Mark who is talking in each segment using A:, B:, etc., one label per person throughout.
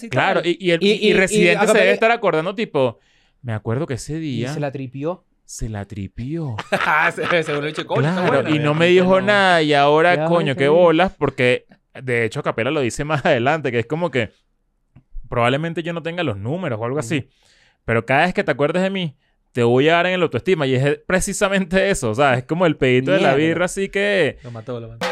A: y tal.
B: Claro, y, y el,
C: Y-
B: y,
C: y- y
B: Residente se
C: acá
B: debe
C: te-
B: estar acordando, tipo, me acuerdo que ese
C: Y
B: día
C: se
B: se la,
C: la tripió.
B: tripió.
A: Ah, se- seguro le dije, coño, está
B: claro,
A: buena.
B: y no me dijo
C: no.
B: nada. Y ahora,
C: Claro,
B: coño,
C: qué
B: qué
C: bien.
B: bolas, porque de hecho Capela lo dice más adelante, que es como que probablemente yo no tenga los números o algo así. Pero cada vez que te acuerdes de mí, te voy a dar en el autoestima. Y es precisamente eso, o sea, es como el pedito de la
C: Mierda.
B: birra, así que...
A: Lo mató, lo mató.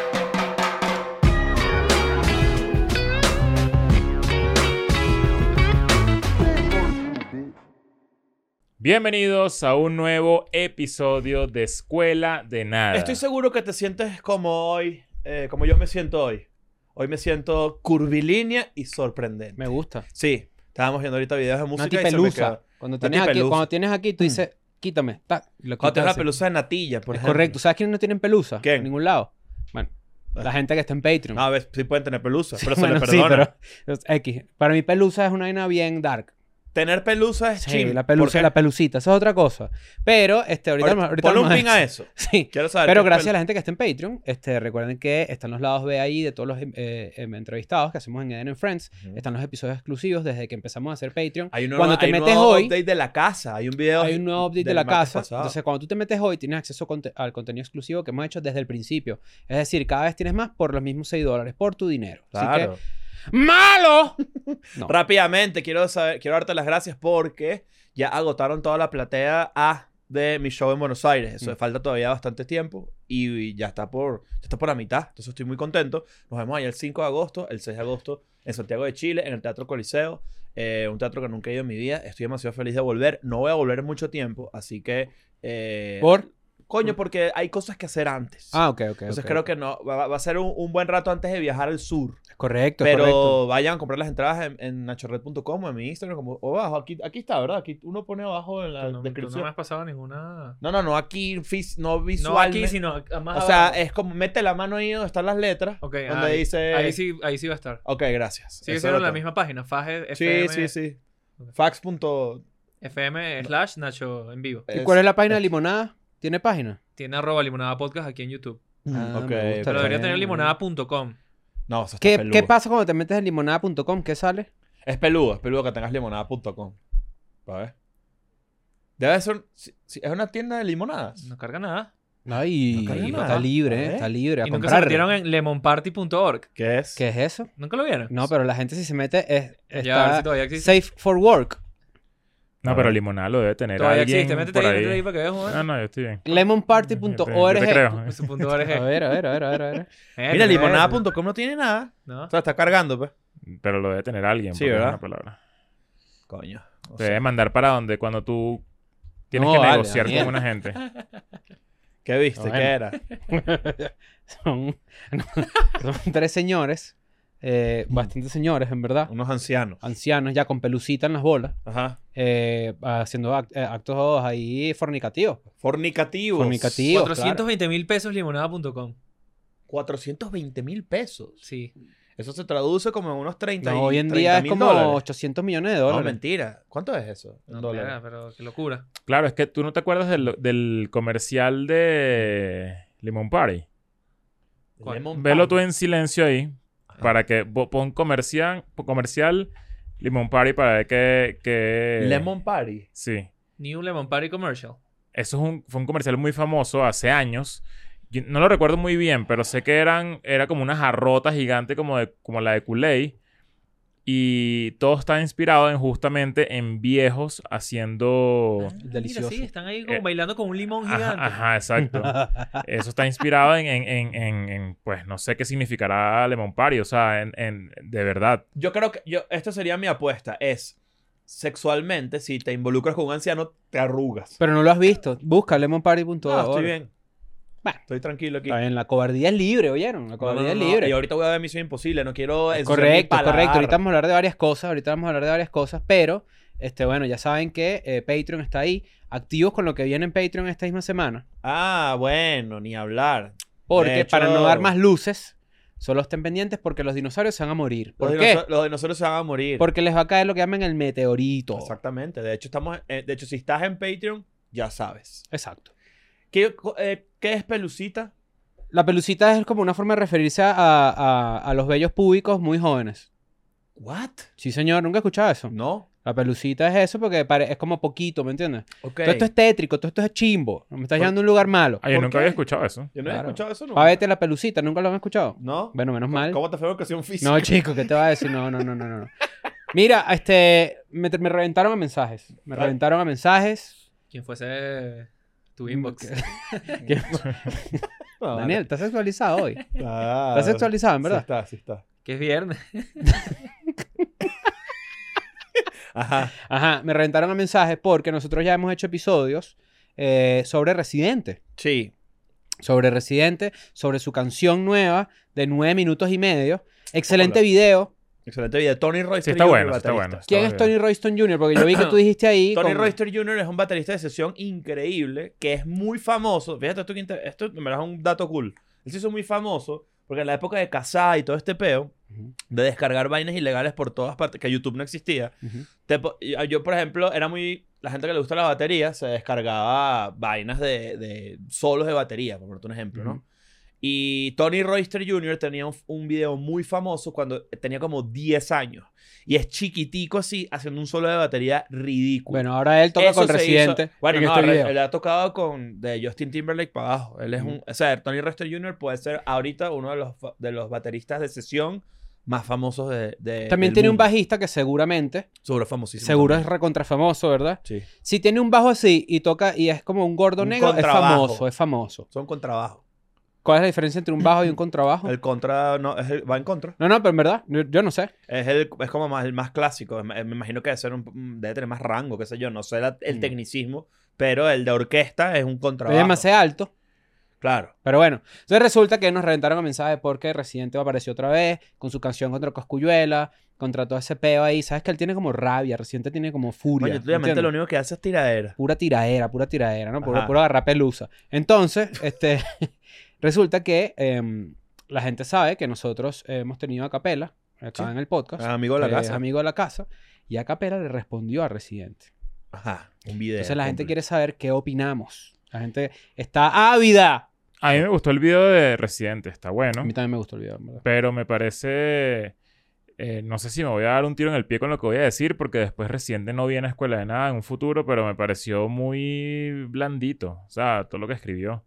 B: Bienvenidos a un nuevo episodio de Escuela de Nada.
D: Estoy seguro que te sientes como hoy, eh, como yo me siento hoy. Hoy me siento curvilínea y sorprendente.
C: Me gusta.
D: Sí, estábamos viendo ahorita videos de
C: Nati
D: música y se me
C: Pelusa.
D: quedó.
C: Cuando
D: Nati
C: tienes, aquí,
D: Pelusa.
C: cuando tienes aquí,
B: Mm.
C: tú dices, quítame. tac, y lo quitas
D: Cuando te das
C: así.
D: la pelusa de natilla, por
C: Es
D: ejemplo.
C: correcto. ¿Sabes quiénes no tienen pelusa?
D: ¿Quién?
C: En ningún lado. Bueno, la gente que está en Patreon.
D: No, a ver, sí pueden tener pelusa, pero se
C: Bueno,
D: les
C: sí,
D: perdona.
C: pero- es X. Para mí, pelusa es una vaina bien dark.
D: Tener pelusa es
C: Sí,
D: chimp.
C: la pelusa,
D: porque-
C: la pelucita. Eso es otra cosa. Pero, este, ahorita...
D: Ahorita-
C: ahorita
D: Ponle un
C: vamos
D: pin a eso.
C: Sí.
D: Quiero saber.
C: Pero
D: qué
C: gracias a
D: pel-
C: la gente que está en Patreon, este, recuerden que están los lados B ahí de todos los eh, eh, entrevistados que hacemos en Eden and Friends.
D: Ujú.
C: Están los episodios exclusivos desde que empezamos a hacer Patreon.
D: Hay un nuevo,
C: Cuando te
D: hay un
C: metes
D: nuevo
C: hoy,
D: update de la casa. Hay un video.
C: hay un nuevo update de
D: del
C: la
D: martes
C: casa.
D: pasado.
C: Entonces, cuando tú te metes hoy, tienes acceso conte- al contenido exclusivo que hemos hecho desde el principio. Es decir, cada vez tienes más por los mismos 6 dólares, por tu dinero. Así que,
D: Claro.
C: ¡malo! No.
D: Rápidamente, quiero, saber, quiero darte las gracias porque ya agotaron toda la platea A de mi show en Buenos Aires. Eso
C: Mm.
D: falta todavía bastante tiempo y, y ya está por ya está por la mitad. Entonces estoy muy contento. Nos vemos allá el 5 de agosto, el 6 de agosto en Santiago de Chile, en el Teatro Coliseo. eh, un teatro que nunca he ido en mi vida. Estoy demasiado feliz de volver. No voy a volver en mucho tiempo, así que... eh,
C: Por...
D: Coño, porque hay cosas que hacer antes.
C: Ah, ok, ok.
D: Entonces
C: ok.
D: creo que no, va, va a ser un, un buen rato antes de viajar al sur.
C: Correcto,
D: Pero
C: correcto.
D: vayan a comprar las entradas en, en nachored.com o en mi Instagram, como o abajo. Aquí, aquí está, ¿verdad? Aquí uno pone abajo en la
A: Tú no, tú no
D: descripción.
A: me
D: No,
A: has pasado ninguna...
D: no, no, aquí fis- no
A: No
D: visual.
A: aquí, sino más
D: o sea,
A: abajo.
D: es como mete la mano ahí donde están las letras.
A: Ok,
D: donde
A: ahí,
D: dice.
A: ahí sí, ahí sí va a estar.
D: Ok, gracias.
A: Sigue
D: Eso
A: siendo
D: era
A: la
D: todo.
A: misma página, Faje
D: Sí,
A: FM,
D: sí, sí.
A: Ok.
D: Fax. punto-
A: FM slash Nacho en vivo.
C: ¿Y
D: es-
C: cuál es la página de Limonada? ¿Tiene página?
A: Tiene arroba limonada podcast aquí en YouTube.
D: Mm,
C: Ah,
D: ok,
C: me gusta.
A: Pero
C: Está
A: debería
C: bien,
A: tener
C: bien.
A: limonada.com.
D: No, eso está
C: ¿Qué,
D: peludo.
C: ¿Qué pasa cuando te metes en limonada.com? ¿Qué sale?
D: Es peludo, es peludo que tengas limonada.com. A ver. Debe ser. si- si- es una tienda de limonadas.
A: No carga nada.
C: Ay,
D: No carga
C: está
D: nada.
C: libre,
D: A
C: ¿eh?
D: ver.
C: está libre. A
A: Y nunca se
C: comprarle.
A: metieron en lemonparty.org.
D: ¿Qué es?
C: ¿Qué es eso?
A: ¿Nunca lo vieron?
C: No, pero la gente si se mete es
A: Ya, a ver
C: está
A: si todavía existe.
C: safe for work.
B: No, pero limonada lo debe tener
A: Todavía
B: alguien
A: existe. Métete
B: por
A: ahí,
B: ahí.
A: métete ahí para que veas,
B: No,
A: joder.
B: Ah, no, yo estoy bien. Yo te- yo te
C: Lemonparty.org.
B: creo.
A: Su punto
C: A ver, a
A: org.
C: ver, a ver, a ver, a ver.
A: Eh,
D: Mira,
A: no,
D: limonada.com no tiene nada.
A: No.
D: O sea, está cargando, pues.
B: Pero lo debe tener alguien.
D: Sí,
B: porque es
D: ¿verdad?
B: una palabra.
D: Coño. o
B: Te
D: sea,
B: debe mandar para donde cuando tú tienes
C: No,
B: que
C: vale,
B: negociar
C: Daniel.
B: con una gente.
D: ¿Qué viste?
C: Bueno.
D: ¿Qué era?
C: Son, son tres señores, eh,
A: Mm.
C: bastantes señores, en verdad.
D: Unos ancianos.
C: Ancianos ya con pelucita en las bolas,
D: Ajá.
C: eh, haciendo act- eh, actos ahí fornicativos.
D: Fornicativos.
C: Fornicativos. tío,
A: 420 mil pesos limonada.com.
D: 420 mil pesos.
A: Sí.
D: Eso se traduce como en unos 30
C: No,
D: y-
C: hoy en
D: 30
C: día es
D: mil
C: como
D: dólares.
C: 800 millones de
D: No,
C: dólares.
D: mentira. ¿Cuánto es eso? En
A: No,
D: dólares.
A: mira, pero qué locura.
B: Claro, es que tú no te acuerdas del, del comercial de Limon Party.
A: ¿Cuál?
D: Lemon
B: Velo
D: Party.
B: tú en silencio ahí. Para que bo- pon comercial, comercial Limon Party para ver qué...
C: Eh.
B: qué-
D: Lemon Party.
B: Sí.
A: New Lemon Party Commercial.
B: Eso es un- fue un comercial muy famoso hace años. Yo no lo recuerdo muy bien, pero sé que eran era como una jarrota gigante como, de, como la de Kool-Aid. Y todo está inspirado en justamente en viejos haciendo...
A: Ah,
C: Delicioso.
A: Mira, sí, están ahí como
B: Eh,
A: bailando con un limón
B: Ajá,
A: gigante.
B: ajá, exacto. Eso está inspirado en, en- en- en- en, pues no sé qué significará Lemon Party, o sea, en, en- de verdad.
D: Yo creo que yo, esto sería mi apuesta. Es sexualmente, si te involucras con un anciano, te arrugas.
C: Pero no lo has visto. Busca lemonparty.org.
D: No, estoy bien.
C: Bueno.
D: Estoy tranquilo aquí.
C: Está bien, la cobardía es libre, ¿oyeron? La
D: No, no,
C: cobardía
D: no,
C: es
D: no.
C: libre.
D: Y ahorita voy a ver Misión Imposible. No quiero ensuciar mi
C: Correcto,
D: paladar.
C: correcto. Ahorita vamos a hablar de varias cosas, ahorita vamos a hablar de varias cosas, pero este, bueno, ya saben que eh, Patreon está ahí, activos con lo que viene en Patreon esta misma semana,
D: Ah, bueno, ni hablar.
C: porque
D: De hecho-
C: para no dar más luces, solo estén pendientes porque los dinosaurios se van a morir.
D: Los,
C: ¿Por qué?
D: dinosaur- los dinosaurios se van a morir.
C: Porque les va a caer lo que llaman el meteorito. Exacto.
D: Exactamente. De hecho, estamos, eh, de hecho, si estás en Patreon, ya sabes.
C: Exacto.
D: ¿Qué, co- eh, qué es pelucita?
C: La pelucita es como una forma de referirse a, a- a los bellos públicos muy jóvenes.
D: ¿What?
C: Sí, señor, nunca he escuchado eso.
D: No.
C: La pelucita es eso porque pare- es como poquito, ¿me entiendes?
D: Ok.
C: Todo esto es tétrico, todo esto es chimbo. Me estás
D: Por-
C: llevando a un lugar malo.
B: Ah, yo
D: ¿Por
B: nunca
D: qué?
B: había escuchado eso.
D: Yo no
C: Claro.
D: he escuchado eso nunca.
C: Pa' vete la pelucita, nunca lo han escuchado.
D: ¿No?
C: Bueno, menos mal.
D: ¿Cómo te fue la educación física?
C: No, chico, ¿qué te va a decir? No, no, no, no, no. no. Mira, este, me, me reventaron a mensajes. Me
D: Vale.
C: reventaron a mensajes.
A: Quien fuese tu
C: Mm,
A: inbox.
C: Que-
D: No, vale.
C: Daniel, estás sexualizado hoy.
D: Claro.
C: Estás sexualizado, en
D: Sí
C: verdad.
D: está, sí está.
A: Que es viernes.
D: Ajá.
C: Ajá, me reventaron a mensajes porque nosotros ya hemos hecho episodios eh, sobre Residente.
D: Sí.
C: Sobre Residente, sobre su canción nueva de nueve minutos y medio. Excelente
D: Hola.
C: video.
D: Excelente video. Tony Royster
B: Sí, está
D: Jr.,
B: bueno, está
D: baterista.
B: bueno.
C: ¿Quién
B: está
C: es
B: bien.
C: Tony Royston Jr.? Porque yo vi que tú dijiste ahí.
D: Tony
C: con-
D: Royster Jr. es un baterista de sesión increíble que es muy famoso. Fíjate, esto, que inter- esto me da un dato cool. Él se hizo muy famoso porque en la época de Casá y todo este peo,
C: Ujú,
D: de descargar vainas ilegales por todas partes, que YouTube no existía.
C: ujú.
D: te po- yo, yo, por ejemplo, era muy. La gente que le gusta la batería se descargaba vainas de, de solos de batería, por ponerte un ejemplo, ¿no?
C: Ujú.
D: Y Tony Royster Jr. tenía un, un video muy famoso cuando tenía como 10 años. Y es chiquitico así, haciendo un solo de batería ridículo.
C: Bueno, ahora él toca
D: Eso
C: con
D: se
C: Residente.
D: hizo- Bueno,
C: en
D: no,
C: este
D: re-
C: video.
D: él ha tocado con de Justin Timberlake para abajo. Él es un, o sea, Tony Rester Jr. puede ser ahorita uno de los fa- de los bateristas de sesión más famosos de, de-
C: También
D: del
C: tiene un
D: mundo.
C: bajista que seguramente,
D: seguro famosísimo.
C: seguro
D: también.
C: es recontra famoso, ¿verdad?
D: Sí.
C: Si tiene un bajo así y toca y es como un gordo
D: Un
C: negro, es
D: contrabajo.
C: famoso, es famoso.
D: Son contrabajo.
C: ¿Cuál es la diferencia entre un bajo y un contrabajo?
D: El contra no es el- va en contra.
C: No, no, pero en verdad, yo, yo no sé.
D: Es el es como más el más clásico, Es ma- me imagino que debe ser un debe tener más rango, qué sé yo, no sé la- el
C: Mm.
D: tecnicismo, pero el de orquesta es un
C: Es
D: contrabajo.
C: demasiado alto.
D: Claro.
C: Pero bueno, entonces resulta que nos reventaron a mensajes porque Residente apareció otra vez con su canción contra Coscuyuela, contra todo ese peo ahí. Sabes que él tiene como rabia, Residente tiene como furia.
D: Bueno, obviamente
C: ¿entiendes?
D: lo único que hace es tiradera.
C: pura tiradera, pura tiradera, ¿no? Puro,
D: Ajá.
C: puro agarrar pelusa. Entonces, este, resulta que em, la gente sabe que nosotros hemos tenido a Capela, acá
D: Sí.
C: en el podcast,
D: Ah, amigo de la
C: que es
D: casa.
C: amigo de la casa, y a Capela le respondió a Residente.
D: Ajá, un video.
C: Entonces la gente
D: completo.
C: quiere saber qué opinamos. La gente está ávida.
B: A mí me gustó el video de Residente, está bueno.
C: A mí también me gustó el video, en verdad.
B: Pero me parece. eh, no sé si me voy a dar un tiro en el pie con lo que voy a decir, porque después Residente no viene a escuela de nada en un futuro, pero me pareció muy blandito. O sea, todo lo que escribió.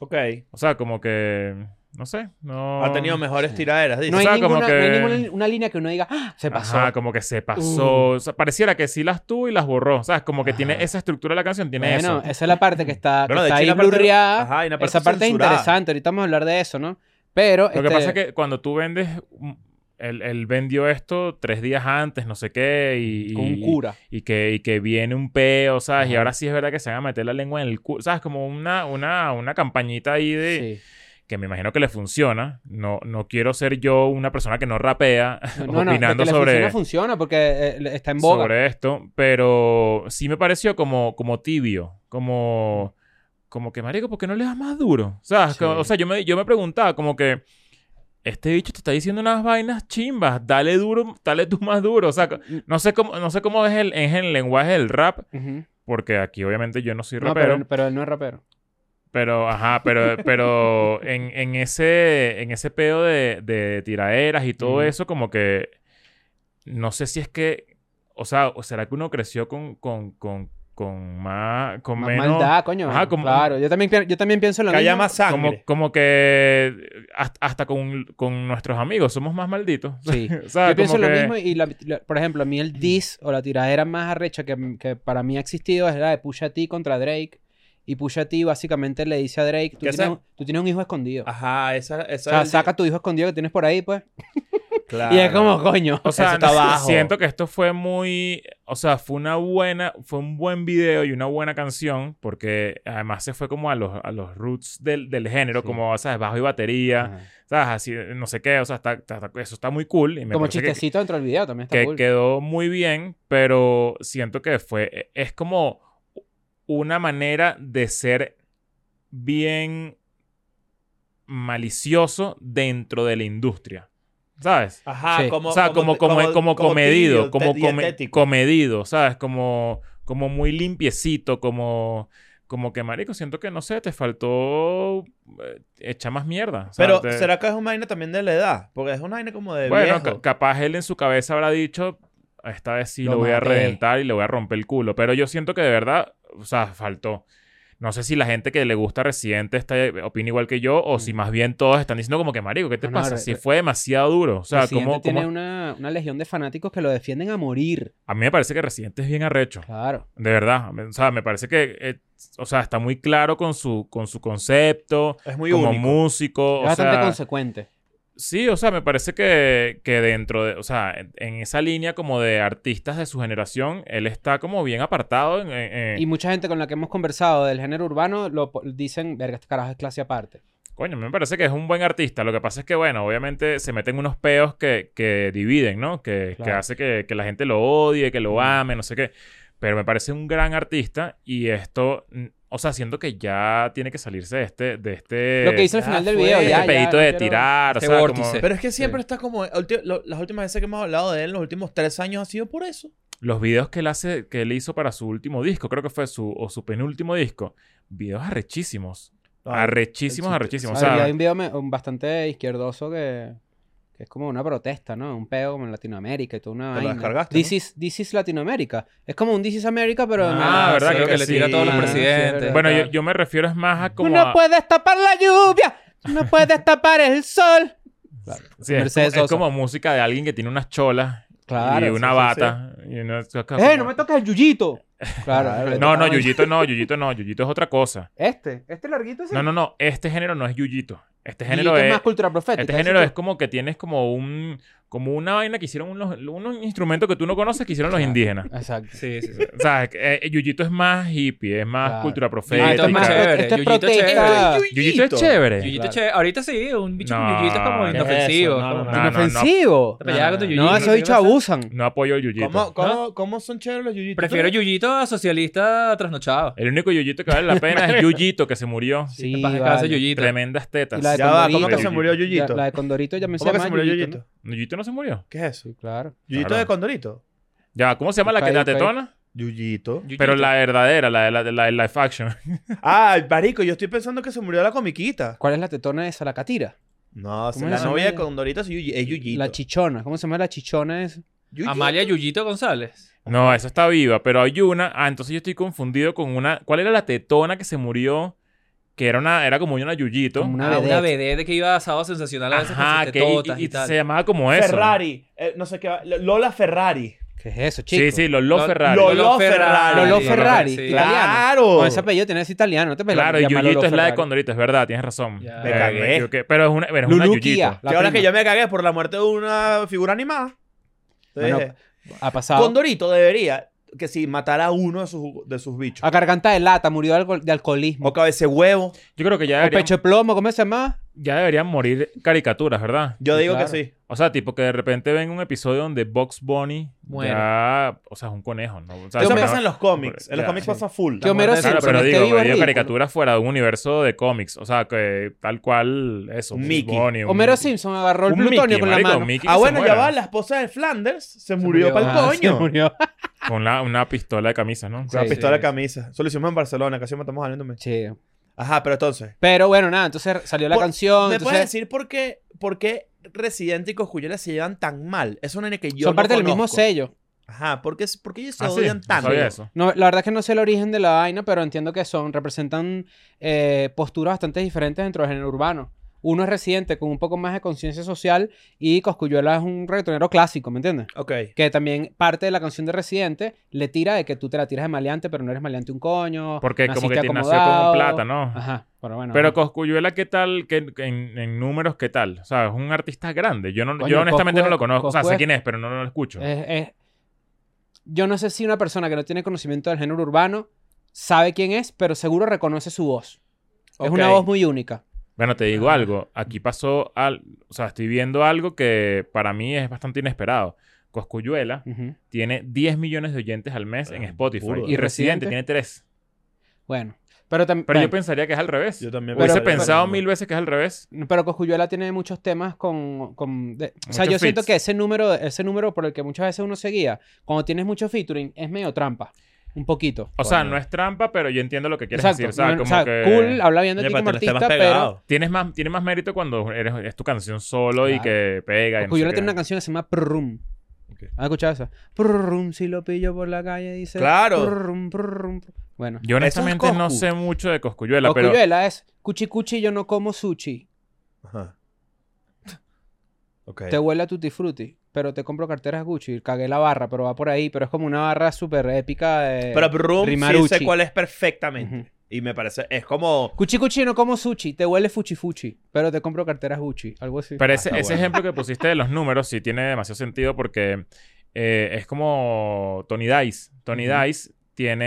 D: Ok.
B: O sea, como que. No sé. No...
D: Ha tenido mejores
C: Sí.
D: tiraderas, dice.
C: No hay,
B: sea, como
C: ninguna, no hay
B: que-
C: ninguna- una línea que uno diga, ¡Ah! se pasó. Uh.
B: Ajá, como que se pasó. O sea, pareciera que sí las tuvo y las borró. O sea, como que tiene
C: Ajá.
B: esa estructura de la canción, tiene
C: bueno,
B: eso.
C: esa es la parte que está, que
D: Bueno, de
C: está
D: hecho,
C: ahí
D: la parte-
C: blurreada.
D: Ajá, y una parte
C: esa parte es
D: censurada.
C: interesante. Ahorita vamos a hablar de eso, ¿no? Pero...
B: Lo que
C: este,
B: pasa es que cuando tú vendes. mm, Él, él vendió esto tres días antes, no sé qué, y...
C: Con un
B: y-
C: cura.
B: Y que, y que viene un peo, ¿sabes? Y
C: Ajá.
B: ahora sí es verdad que se van a meter la lengua en el culo. ¿Sabes? Como una, una, una campañita ahí de...
C: Sí.
B: Que me imagino que le funciona. No, no quiero ser yo una persona que no rapea
C: No, no, no, de
B: opinando
C: que le
B: sobre,
C: Funciona, funciona porque eh, le- está en boga.
B: sobre esto. Pero sí me pareció como, como tibio. Como... Como que, marico, ¿por qué no le das más duro? ¿Sabes?
C: Sí.
B: Como- o sea, yo me, yo me preguntaba como que... Este bicho te está diciendo unas vainas chimbas. Dale duro, dale tú más duro. O sea, no sé cómo, no sé cómo es el, es el lenguaje del rap,
C: Mm, Ujú.
B: porque aquí obviamente yo no soy
C: No,
B: rapero,
C: pero,
B: pero,
C: pero él no es rapero.
B: ajá, pero, pero en, en ese, en ese pedo de, de tiraderas y todo
C: Ujú.
B: eso, como que no sé si es que, o sea, o será que uno creció con, con, con, con más, con
C: Más
B: menos,
C: maldad, coño.
B: Ajá, como-
C: Claro, yo también, pi- yo también pienso lo
D: Que haya
C: mismo.
D: más sangre.
B: como, como que hasta, hasta con, con nuestros amigos somos más malditos.
C: Sí.
B: O sea,
C: yo pienso
B: Ah, como
C: lo
B: que-
C: mismo y, la- la- por ejemplo, a mí el diss o la tiradera más arrecha que, que para mí ha existido es la de Pusha T contra Drake. Y Pusha T básicamente le dice a Drake, tú,
D: ¿Qué
C: tienes
D: hace?
C: un, tú tienes un hijo
B: Ah,
C: escondido.
D: Ajá, esa, esa
C: o sea,
D: es-
C: saca tu hijo escondido que tienes por ahí, pues.
D: Claro.
C: Y es como, coño.
B: O sea,
D: Eso está
B: no sé,
D: bajo.
B: siento que esto fue muy, o sea, fue una buena, fue un buen video y una buena canción porque además se fue como a los, a los roots del, del género,
C: Sí.
B: como, sabes, bajo y batería,
C: Ajá.
B: sabes, así, no sé qué, o sea, está- está- está- eso está muy cool y me
C: Como
B: parece que-
C: chistecito dentro del video también está
B: que
C: cool.
B: quedó muy bien, pero siento que fue, e, es como una manera de ser bien malicioso dentro de la industria, ¿sabes?
D: Ajá,
C: Sí.
D: como.
B: o sea, como, como, como, comedido,
D: tibio,
B: como
D: te-
B: come-
D: dietético.
B: comedido, ¿sabes? Como, como muy limpiecito, como, como que, marico, siento que, no sé, te faltó eh, echar más mierda. O sea,
D: Pero,
B: te-
D: ¿será que es una vaina también de la edad? Porque es una vaina como de
B: Bueno,
D: viejo.
B: ca- capaz él en su cabeza habrá dicho, esta vez sí lo,
C: Lo
B: voy a
C: maté".
B: reventar y le voy a romper el culo. Pero yo siento que de verdad, o sea, faltó. No sé si la gente que le gusta Residente está, opina igual que yo o si
C: Mm.
B: más bien todos están diciendo como que, marico, ¿qué te
C: No, no,
B: pasa?
C: re-
B: si fue demasiado duro. O sea,
C: Residente
B: como...
C: tiene una, una legión de fanáticos que lo defienden a morir.
B: A mí me parece que Residente es bien arrecho.
C: Claro.
B: De verdad. O sea, me parece que... eh, o sea, está muy claro con su, con su concepto,
D: Es muy
B: como
D: único.
B: músico.
C: Es
B: o
C: bastante
B: sea,
C: consecuente.
B: Sí, o sea, me parece que, que dentro de, o sea, en- en esa línea como de artistas de su generación, él está como bien apartado. En, en- en-
C: Y mucha gente con la que hemos conversado del género urbano lo po- dicen, verga, este carajo es clase aparte.
B: Coño, me parece que es un buen artista. Lo que pasa es que, bueno, obviamente se meten unos peos que, que dividen, ¿no? Que, que
C: Claro.
B: hace que, que la gente lo odie, que lo ame, no sé qué. Pero me parece un gran artista y esto, mm, o sea, siento que ya tiene que salirse de este, de este,
C: lo que hizo al
D: ya
C: final del
D: fue.
C: video,
B: este
C: ya, ya,
B: pedito
C: no
B: de
C: quiero-
B: tirar, o
A: este
B: sea, como-
A: vórtice.
D: Pero es que siempre está como... ulti- lo- las últimas veces que hemos hablado de él, los últimos tres años, ha sido por eso.
B: los videos que él hace, que él hizo para su último disco, creo que fue su, o su penúltimo disco, videos arrechísimos. arrechísimos,
D: el-
B: arrechísimos. O
C: Había
B: sea,
C: un video me- un bastante izquierdoso que, que es como una protesta, ¿no? Un peo como en Latinoamérica y toda una
D: Te lo
C: vaina.
D: descargaste,
C: This,
D: ¿no?
C: is, this is Latinoamérica. Es como un This is America, pero... en-
B: Ah, ¿verdad? Creo que
A: le
B: sí.
A: tira a todos los
C: Ah, sí, es
A: presidentes.
C: verdad.
B: bueno, yo, yo me refiero es más a
C: Tú
B: como...
C: no
B: a-
C: puedes tapar la lluvia, tú no puedes tapar el sol.
B: sí, es,
C: Mercedes
B: como,
C: Sosa.
B: es como música de alguien que tiene unas cholas
C: Claro.
B: y una
D: sí,
B: bata. y una-
C: ¡Eh, no me toques el yuyito!
D: Claro.
C: Claro. le
B: no, no,
C: tocaban-
B: Yuyito no, Yuyito no, Yuyito es otra cosa.
C: Este, este larguito sí.
B: No, no, no, este género no es Yuyito. Este
C: Yuyito
B: género
C: es,
B: es...
C: más cultura profética.
B: Este
C: ¿sí
B: género
C: tú?
B: es como que tienes como un... Como una vaina que hicieron unos, unos instrumentos que tú no conoces que hicieron los
C: Claro.
B: indígenas.
C: Exacto.
A: Sí, sí, sí.
B: O sea, eh, eh, Yuyito es más hippie, Ah, este es más
C: Claro.
B: cultura
A: Yuyito
C: Esto es más
B: profética.
A: chévere,
C: pro- esto es
A: Yuyito es
C: protesta
B: Yuyito
D: chévere.
B: es
D: Yuyito.
B: chévere.
A: Yuyito
C: Claro.
A: chévere. Ahorita sí, un bicho
B: No,
A: con Yuyito es como
B: ¿qué es
A: inofensivo.
D: eso? No, no,
A: como-
B: no.
C: inofensivo.
A: Te peleaba
D: No,
A: con tu
D: no,
A: Yuyito,
C: No,
A: ¿qué
C: esos bichos
A: pasa?
C: abusan.
B: No apoyo el Yuyito. ¿Ah?
D: ¿Cómo, cómo, cómo son chéveres los yuyitos?
A: Prefiero
D: ¿Tú-
A: Yuyito a socialista trasnochado.
B: El único Yuyito que vale la pena es Yuyito, que se murió.
C: Sí,
A: Capaz descanse
C: vale.
A: Yuyito.
B: Tremendas tetas.
C: Y la de
D: Ya va, ¿cómo
B: Condorito.
D: que se murió Yuyito?
C: La, la de Condorito ya me
D: ¿Cómo que se
C: llama
D: murió
C: Yuyito, ¿no?
D: Yuyito?
B: ¿Yuyito no se murió?
D: ¿Qué es eso?
C: Sí, claro.
D: ¿Yuyito
B: Claro.
D: de Condorito?
B: Ya, ¿cómo se llama la que
C: Ok,
B: la
C: ok.
B: tetona?
D: Yuyito.
B: Pero la verdadera, la de la, la de live action.
D: Ah, marico, yo estoy pensando que se murió la comiquita.
C: ¿Cuál es la tetona esa? La catira.
D: No,
C: ¿Cómo
D: la
C: es?
D: novia de Condorito es Yuyi- es Yuyito.
C: La chichona. ¿Cómo se llama la chichona esa?
D: Yuyito.
A: Amalia Yuyito González.
B: No, esa está viva, pero hay una. Ah, entonces yo estoy confundido con una. ¿Cuál era la tetona que se murió? Que era una, era como una Yuyito.
C: Como una
A: Una, ah, una
C: vedette.
A: vedette que iba a sábado sensacional a veces
B: Ajá,
A: con sus
B: que y-
A: tetotas
B: y-
A: y,
B: y
A: tal.
B: se llamaba como eso.
D: Ferrari. eh, no sé qué. va- Lola Ferrari.
C: ¿Qué es eso, chico?
B: Sí, sí, Lolo
A: Lo-
B: Ferrari.
D: Lolo Ferrari.
C: Lolo
A: Sí,
C: Ferrari.
A: sí.
C: Claro.
D: ¡Claro!
C: No, ese apellido tiene ese italiano. No te pelees.
B: Claro, y Yuyito es la de Condorito, es verdad, tienes razón.
A: Ya.
D: Me
B: Eh,
D: cagué.
B: me equivoqué. Pero es una, pero es una Yuyito.
C: Luluquia.
D: que ahora que yo me cagué por la muerte de una figura animada. Entonces,
C: Bueno,
D: eh,
C: Ha pasado.
D: Condorito debería que si matara a uno de sus, de sus bichos.
C: A garganta de lata. Murió de, alcohol- de alcoholismo.
D: O cabece huevo.
B: Yo creo que ya
C: O
B: deberían,
C: pecho de plomo. ¿Cómo se llama?
B: ya deberían morir caricaturas, ¿verdad?
D: Yo
C: Sí,
D: digo
C: claro.
D: que sí.
B: O sea, tipo que de repente ven un episodio donde Box Bunny
A: Muere.
B: ya, o sea, es un conejo, ¿no? O sea,
D: Eso
B: no-
D: pasa en los cómics. En los
B: Ya,
D: cómics
B: sí.
D: pasa full.
C: Que Homero
B: Claro,
C: Simpson
B: pero
C: esté
B: digo,
C: vivo es
B: digo
C: ridículo.
B: caricaturas fuera de un universo de cómics, o sea, que tal cual eso, Box
D: Mickey.
B: Bunny, un-
C: Homero Simpson agarró el
B: un
C: plutonio
B: Mickey,
C: con
B: marico,
C: la mano.
B: Mickey que
D: Ah,
B: se
D: bueno, ya
B: muera.
D: va. La esposa de Flanders se murió,
A: murió.
D: para el
C: Ah, se
D: coño.
C: murió.
B: Con la, una pistola de camisa, ¿no?
C: Sí.
D: La pistola
A: Sí.
D: de camisa. Solo hicimos en Barcelona, casi matamos a alguien también.
C: Sí.
D: Ajá, pero entonces.
C: Pero bueno, nada, entonces salió la
D: Por-
C: canción.
D: ¿Me puedes
C: Entonces,
D: decir por qué, por qué Residente y Coscuyuela se llevan tan mal? Es una nena que yo
C: son
D: no
C: parte del mismo
D: conozco.
C: sello.
D: Ajá, ¿por qué, por qué ellos se
B: Ah, sí,
D: odian
B: no
D: tanto?
B: sabía eso.
C: No, la verdad es que no sé el origen de la vaina, pero entiendo que son, representan eh, posturas bastante diferentes dentro del género urbano. Uno es residente con un poco más de conciencia social y Coscuyuela es un reggaetonero clásico, ¿me entiendes?
D: Ok.
C: Que también parte de la canción de Residente le tira de que tú te la tiras de maleante, pero no eres maleante un coño.
B: Porque como que
C: naciste
B: te nació como
C: acomodado.
B: plata, ¿no?
C: Ajá, pero bueno.
B: Pero
C: ajá.
B: Coscuyuela, ¿qué tal? ¿Qué, en, en números, ¿qué tal? O sea, es un artista grande. Yo, no,
C: Coño, Eh.
B: yo honestamente
C: Coscu
B: no lo
C: es-
B: conozco. O sea,
C: Coscu
B: sé
C: es-
B: quién es, pero no, no lo escucho.
C: Es- es- Yo no sé si una persona que no tiene conocimiento del género urbano sabe quién es, pero seguro reconoce su voz.
D: Ok.
C: Es una voz muy única.
B: Bueno, te digo algo. Aquí pasó al... O sea, estoy viendo algo que para mí es bastante inesperado. Coscuyuela
C: Ujú.
B: tiene 10 millones de oyentes al mes en
D: Ah,
B: Spotify.
D: burda.
B: Y
C: ¿Y Residente?
B: Residente tiene 3.
C: Bueno, pero también.
B: Pero yo
C: bueno,
B: pensaría que es al revés.
D: Yo también
B: Hubiese
D: pensaría.
B: pensado
D: Pero-
B: mil veces que es al revés.
C: Pero Cosculluela tiene muchos temas con. con- de- o sea,
B: Muchos
C: yo siento
B: feats.
C: que ese número, ese número por el que muchas veces uno se guía, cuando tienes mucho featuring, es medio trampa. Un poquito.
B: O sea,
D: Coño.
B: no es trampa, pero yo entiendo lo que quieres decir. O sea,
C: no-
B: como
C: o sea,
B: que
C: cool, habla bien de ti
D: Epa,
C: como
D: te la estabas
C: artista, pero...
D: pegado.
B: tienes más, tiene más mérito cuando eres, es tu canción solo y
C: Claro.
B: que pega. y no
C: Cuyuela
B: sé
C: tiene
B: qué.
C: una canción que se llama Prrrum.
D: Ok.
C: ¿Has escuchado esa? Prrrum, si lo pillo por la calle, dice...
D: Claro.
C: Prrrum, prrrum, prrrum. Bueno.
B: Yo
D: Eso es
B: honestamente no
D: Coscu.
B: sé mucho de Coscuyuela,
C: Coscuyuela
B: pero...
C: es... Cuchi cuchi, yo no como sushi.
D: Ajá. Ok.
C: Te huele a tutti frutti. Pero te compro carteras Gucci. Cagué la barra, pero va por ahí. Pero es como una barra súper épica de...
D: Pero Brum sí
C: Rimaruchi.
D: sé cuál es perfectamente.
C: Ujú.
D: Y me parece, es como...
C: Cuchi cuchi, yo no como sushi. Te huele fuchi fuchi. Pero te compro carteras Gucci. Algo así.
B: Pero ese,
D: está
B: ese
D: Ah, bueno.
B: ejemplo que pusiste de los números sí tiene demasiado sentido porque eh, es como Tony Dice. Tony
C: Ujú.
B: Dice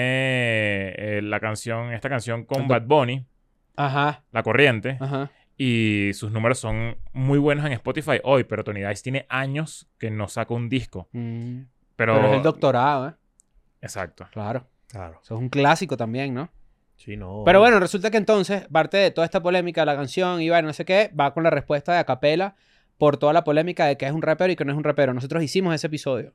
B: tiene eh, la canción, esta canción con Bad Bunny,
C: Ajá,
B: La Corriente,
C: ajá.
B: y sus números son muy buenos en Spotify hoy, pero Tony Dice tiene años que no saca un disco.
C: Mm.
B: Pero,
C: Pero... es el doctorado, ¿eh?
B: Exacto.
C: Claro.
D: Claro.
C: Eso es un clásico también, ¿no?
D: Sí, no.
C: Pero bueno, resulta que entonces, parte de toda esta polémica, la canción y bueno, no sé qué, va con la respuesta de Acapela por toda la polémica de que es un rapero y que no es un rapero. Nosotros hicimos ese episodio.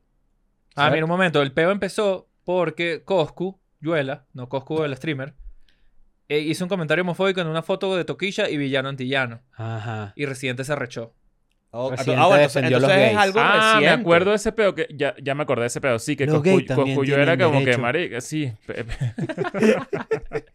A: Ah,
C: ¿sabes?
A: mira, un momento. El peo empezó porque Coscu, Yuela, no Coscu el streamer, eh, hizo un comentario homofóbico en una foto de Toquilla y Villano Antillano.
C: Ajá.
A: Y Residente se arrechó.
D: Oh, ah,
C: Residente
D: ah, bueno, entonces,
C: defendió a los
D: entonces es
C: gays.
D: algo
B: Ah, me
D: reciente.
B: acuerdo de ese pedo que ya, ya me acordé de ese pedo. Sí, que
C: Los gays
B: Coscu-
C: también
B: Coscuyuela
C: tienen
B: como que
C: derecho.
B: marica, sí. pe- pe-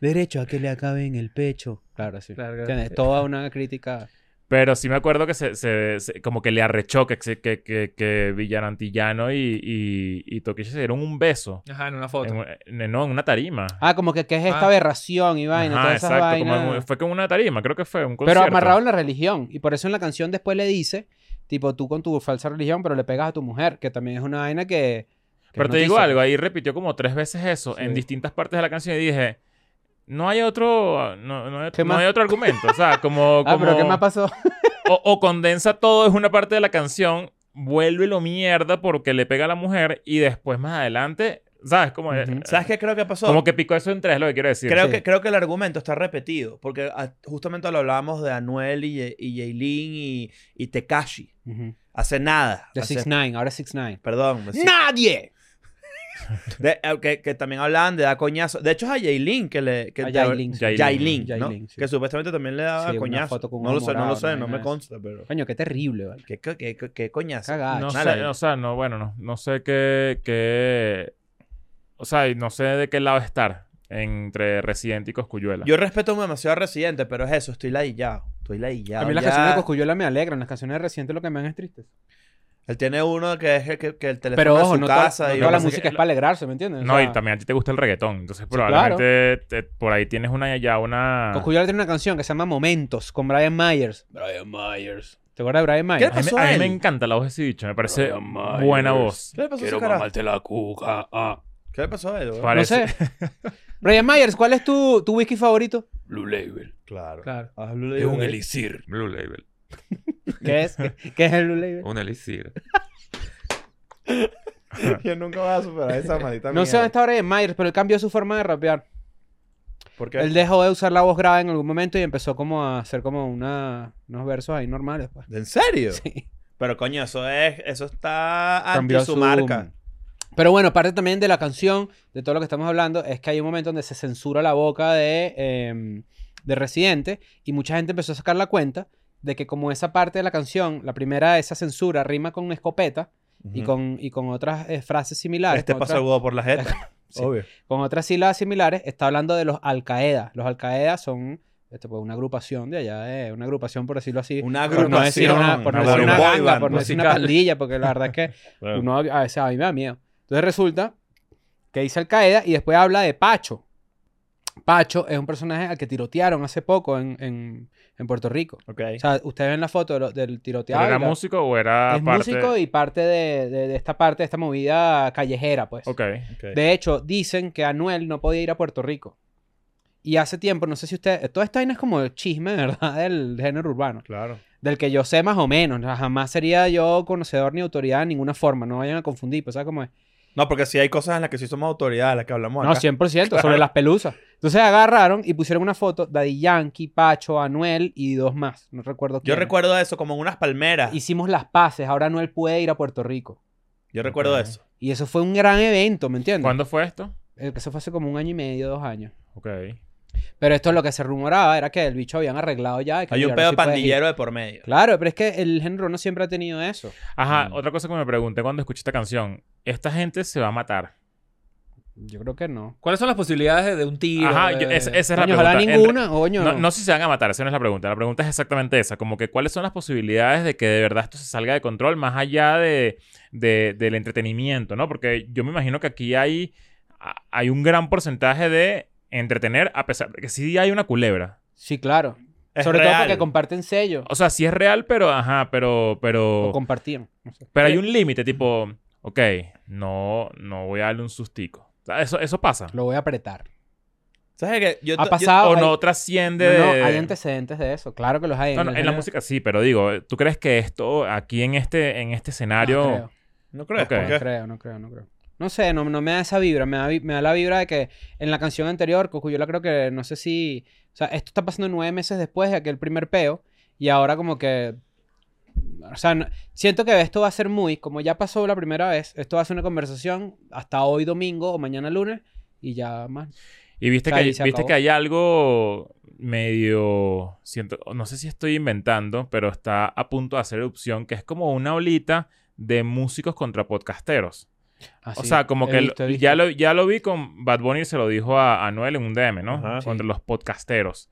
C: Derecho a que le acabe en el pecho. Claro, sí.
A: Claro, claro.
C: Tienes toda una crítica.
B: Pero sí me acuerdo que se, se- se- como que le arrechó que, se- que, que, que Villano Antillano y, y, y Toquilla se dieron un beso.
A: Ajá, en una foto.
B: En, un- en- no, en una tarima.
C: Ah, como que, que es esta
A: Ah.
C: aberración y vaina,
B: Ajá,
C: todas esas
B: exacto. como
C: vainas.
B: en un- fue como una tarima, creo que fue un
C: Pero
B: concierto.
C: amarrado en la religión. Y por eso en la canción después le dice, tipo, tú con tu falsa religión, pero le pegas a tu mujer, que también es una vaina que... que
B: Pero
C: es
B: te digo
C: noticia.
B: algo, ahí repitió como tres veces eso
C: Sí.
B: en distintas partes de la canción y dije, no hay otro, no, no hay,
C: ¿Qué
B: no
C: más?
B: hay otro argumento. o sea, como...
C: Ah, pero
B: como-
C: ¿qué más pasó?
B: o, o condensa todo en una parte de la canción, vuelve lo mierda porque le pega a la mujer y después más adelante, ¿sabes? Como, eh,
C: Ujú.
D: ¿Sabes qué creo que pasó?
B: como que picó eso en tres, lo que quiero decir.
D: Creo,
C: Sí.
D: que, creo que el argumento está repetido, porque ah, justamente lo hablábamos de Anuel y, Ye- y Yailin y, y Tekashi.
C: Ujú.
D: Hace nada.
C: De
D: hace-
C: 6 9 ahora 6 9
D: Perdón. me-
C: ¡Nadie!
D: de- eh, que, que también hablaban de dar coñazo. De hecho, es a Yailin que le. Que
C: A Ah, Yailin, sí.
D: Yailin. ¿no?
C: Yailin, sí.
D: Que supuestamente también le daba
C: Sí, una
D: coñazo.
C: foto con
D: no
C: un
D: lo sé, no
C: morado,
D: lo sé,
C: una
D: no me
C: vaina
D: consta, pero.
C: Coño, qué terrible, vale.
D: ¿Qué, qué, qué, qué coñazo?
C: Cagada.
B: No
D: Nada,
B: sé,
D: yo-
B: o sea, no, bueno, no, no sé qué, qué- O sea, y no sé de qué lado estar entre Residente y Coscuyuela.
D: Yo respeto demasiado a Residente, pero es eso, estoy ladillado. Estoy ladillado.
C: A mí las
D: ya.
C: canciones de Coscuyuela me alegran, las canciones recientes lo que me dan es triste.
D: Él tiene uno que es el que, que el teléfono
C: Pero
D: de
C: ojo,
D: su
C: no, to-
D: casa.
C: no
D: y
C: toda la
D: lo que pasa es
C: música es para alegrarse, ¿me entiendes? O
B: No,
C: sea,
B: y también a ti te gusta el reggaetón, entonces
C: claro.
B: probablemente te- por ahí tienes una ya una...
C: Coscuyuela tiene una canción que se llama Momentos con Brian Myers. Brian Myers. ¿Te acuerdas de Brian
D: ¿Qué
C: Myers?
D: le
B: A mí,
D: pasó
B: a
D: a
B: mí
D: él?
B: me encanta la voz de ese bicho, me parece
E: Brian Myers.
B: buena voz.
D: que- ¿Qué le pasó a ese
E: Quiero
D: carajo?
E: mamarte la cuca. Ah,
D: ¿Qué le pasó a él? güey?
B: Vale.
C: No
B: parece.
C: sé. Brian Myers, ¿cuál es tu, tu whisky favorito?
E: Blue Label.
D: Claro.
A: Claro.
D: Ah, Blue
E: Es
D: Label,
E: un
D: güey.
E: elixir.
F: Blue Label.
C: ¿Qué es? ¿Qué es el Blue Label?
F: Un elixir.
D: Yo nunca voy a superar esa maldita
C: No sé dónde
D: mierda.
C: está Brian Myers, pero él cambió su forma de rapear.
D: ¿Por qué?
C: Él dejó de usar la voz grave en algún momento y empezó como a hacer como una, unos versos ahí normales. Pues.
D: ¿En serio?
C: Sí.
D: Pero coño, eso es, eso está anti
C: Cambió
D: su, marca.
C: Pero bueno, parte también de la canción, de todo lo que estamos hablando, es que hay un momento donde se censura la boca de, em, de Residente y mucha gente empezó a sacar la cuenta de que como esa parte de la canción, la primera de esa censura rima con escopeta y,
D: Ujú.
C: con, y con otras eh, frases similares.
D: este
C: con
D: pasa
C: otras-
D: el huevo por la jeta.
C: Sí.
D: Obvio.
C: con otras sílabas similares, está hablando de los Al-Qaeda. Los Al-Qaeda son este, pues, una agrupación de allá, de- una agrupación, por decirlo así.
D: Una
C: Por no decir una,
D: agrupación,
C: por no
B: una
C: decir una
B: boy
C: ganga,
D: band
C: por no decir una
A: musical.
C: pandilla, porque la verdad es que uno a a veces a mí me da miedo. Entonces resulta que dice Al-Qaeda y después habla de Pacho. Pacho es un personaje al que tirotearon hace poco en, en- en Puerto Rico.
D: Ok.
C: O sea, ustedes ven la foto de lo- del tiroteado.
B: ¿Pero
C: y
B: ¿Era
C: la-
B: músico o era
C: es
B: parte...?
C: músico y parte de, de- de esta parte, de esta movida callejera, pues.
B: Ok.
D: ok.
C: De hecho, dicen que Anuel no podía ir a Puerto Rico. Y hace tiempo, no sé si usted... Toda esta vaina es como el chisme, ¿verdad? Del género urbano.
D: Claro.
C: Del que yo sé más o menos. O sea, Jamás sería yo conocedor ni autoridad de ninguna forma. No vayan a confundir, pues, ¿sabes cómo es?
D: No, porque sí hay cosas en las que sí somos autoridades, las que hablamos
C: No,
D: acá.
C: 100%, sobre las pelusas. Entonces agarraron y pusieron una foto Daddy Yankee, Pacho, Anuel y dos más. No recuerdo
D: Yo
C: quién.
D: recuerdo eso como en unas palmeras.
C: Hicimos las paces. Ahora Anuel puede ir a Puerto Rico.
D: Yo recuerdo
B: Ok.
D: eso.
C: Y eso fue un gran evento, ¿me entiendes?
B: ¿Cuándo fue esto?
C: Eh, Eso fue hace como un año y medio, dos años.
B: Ok.
C: Pero esto lo que se rumoraba era que el bicho habían arreglado ya. y que
D: Hay un
C: ya ahora
D: pedo
C: sí puedes ir.
D: pandillero de por medio.
C: Claro, pero es que el género no siempre ha tenido eso.
B: Ajá,
D: Mm.
B: otra cosa que me pregunté cuando escuché esta canción. Esta gente se va a matar.
C: Yo creo que no.
A: ¿Cuáles son las posibilidades de- de un tiro?
B: Ajá,
A: de-
B: yo- esa, esa es la
C: eh, Coño,
B: pregunta.
C: ojalá
B: En re-
C: ninguna, coño.
B: No, no si se van a matar, esa no es la pregunta. La pregunta es exactamente esa. Como que cuáles son las posibilidades de que de verdad esto se salga de control más allá de, de- del entretenimiento, ¿no? Porque yo me imagino que aquí hay, a- hay un gran porcentaje de entretener, a pesar de que sí hay una culebra.
C: Sí, claro.
D: Es
C: Sobre todo
D: real.
C: porque comparten sellos.
B: O sea, sí es real, pero ajá, pero,
C: O
B: pero,
C: compartían. no sé.
B: pero hay un límite, tipo, ok, no, no voy a darle un sustico. O sea, Eso, eso pasa.
C: Lo voy a apretar.
D: ¿Sabes qué? Yo
C: Ha
D: yo-
C: pasado.
B: O
C: hay-
B: no trasciende
C: no, no,
B: de-
C: hay antecedentes de eso. Claro que los hay.
B: No, no,
C: el
B: en la
C: género-
B: música sí, pero digo, ¿tú crees que esto aquí en este, en este
C: No
B: escenario...
C: creo.
D: No creo.
B: Ok.
D: ¿por
C: No
D: qué?
C: creo, no creo, no creo. No sé, no, no me da esa vibra. Me da, vi- me da la vibra de que en la canción anterior, Cocuyola creo que, no sé si... O sea, esto está pasando nueve meses después de aquel primer peo. Y ahora como que... O sea, no- siento que esto va a ser muy... Como ya pasó la primera vez, esto va a ser una conversación hasta hoy domingo o mañana lunes. Y ya más.
B: Y viste,
C: O sea,
B: que,
C: y se
B: hay- viste
C: acabó.
B: que hay algo medio. Siento, no sé si estoy inventando, pero está a punto de hacer erupción, que es como una olita de músicos contra podcasteros. o
C: Así.
B: sea, como
C: He
B: que
C: visto, he
B: lo-
C: visto.
B: ya, lo, ya lo vi con Bad Bunny, se lo dijo a Anuel en un DM, ¿no?
D: Ajá.
B: Contra
C: Sí.
B: los podcasteros.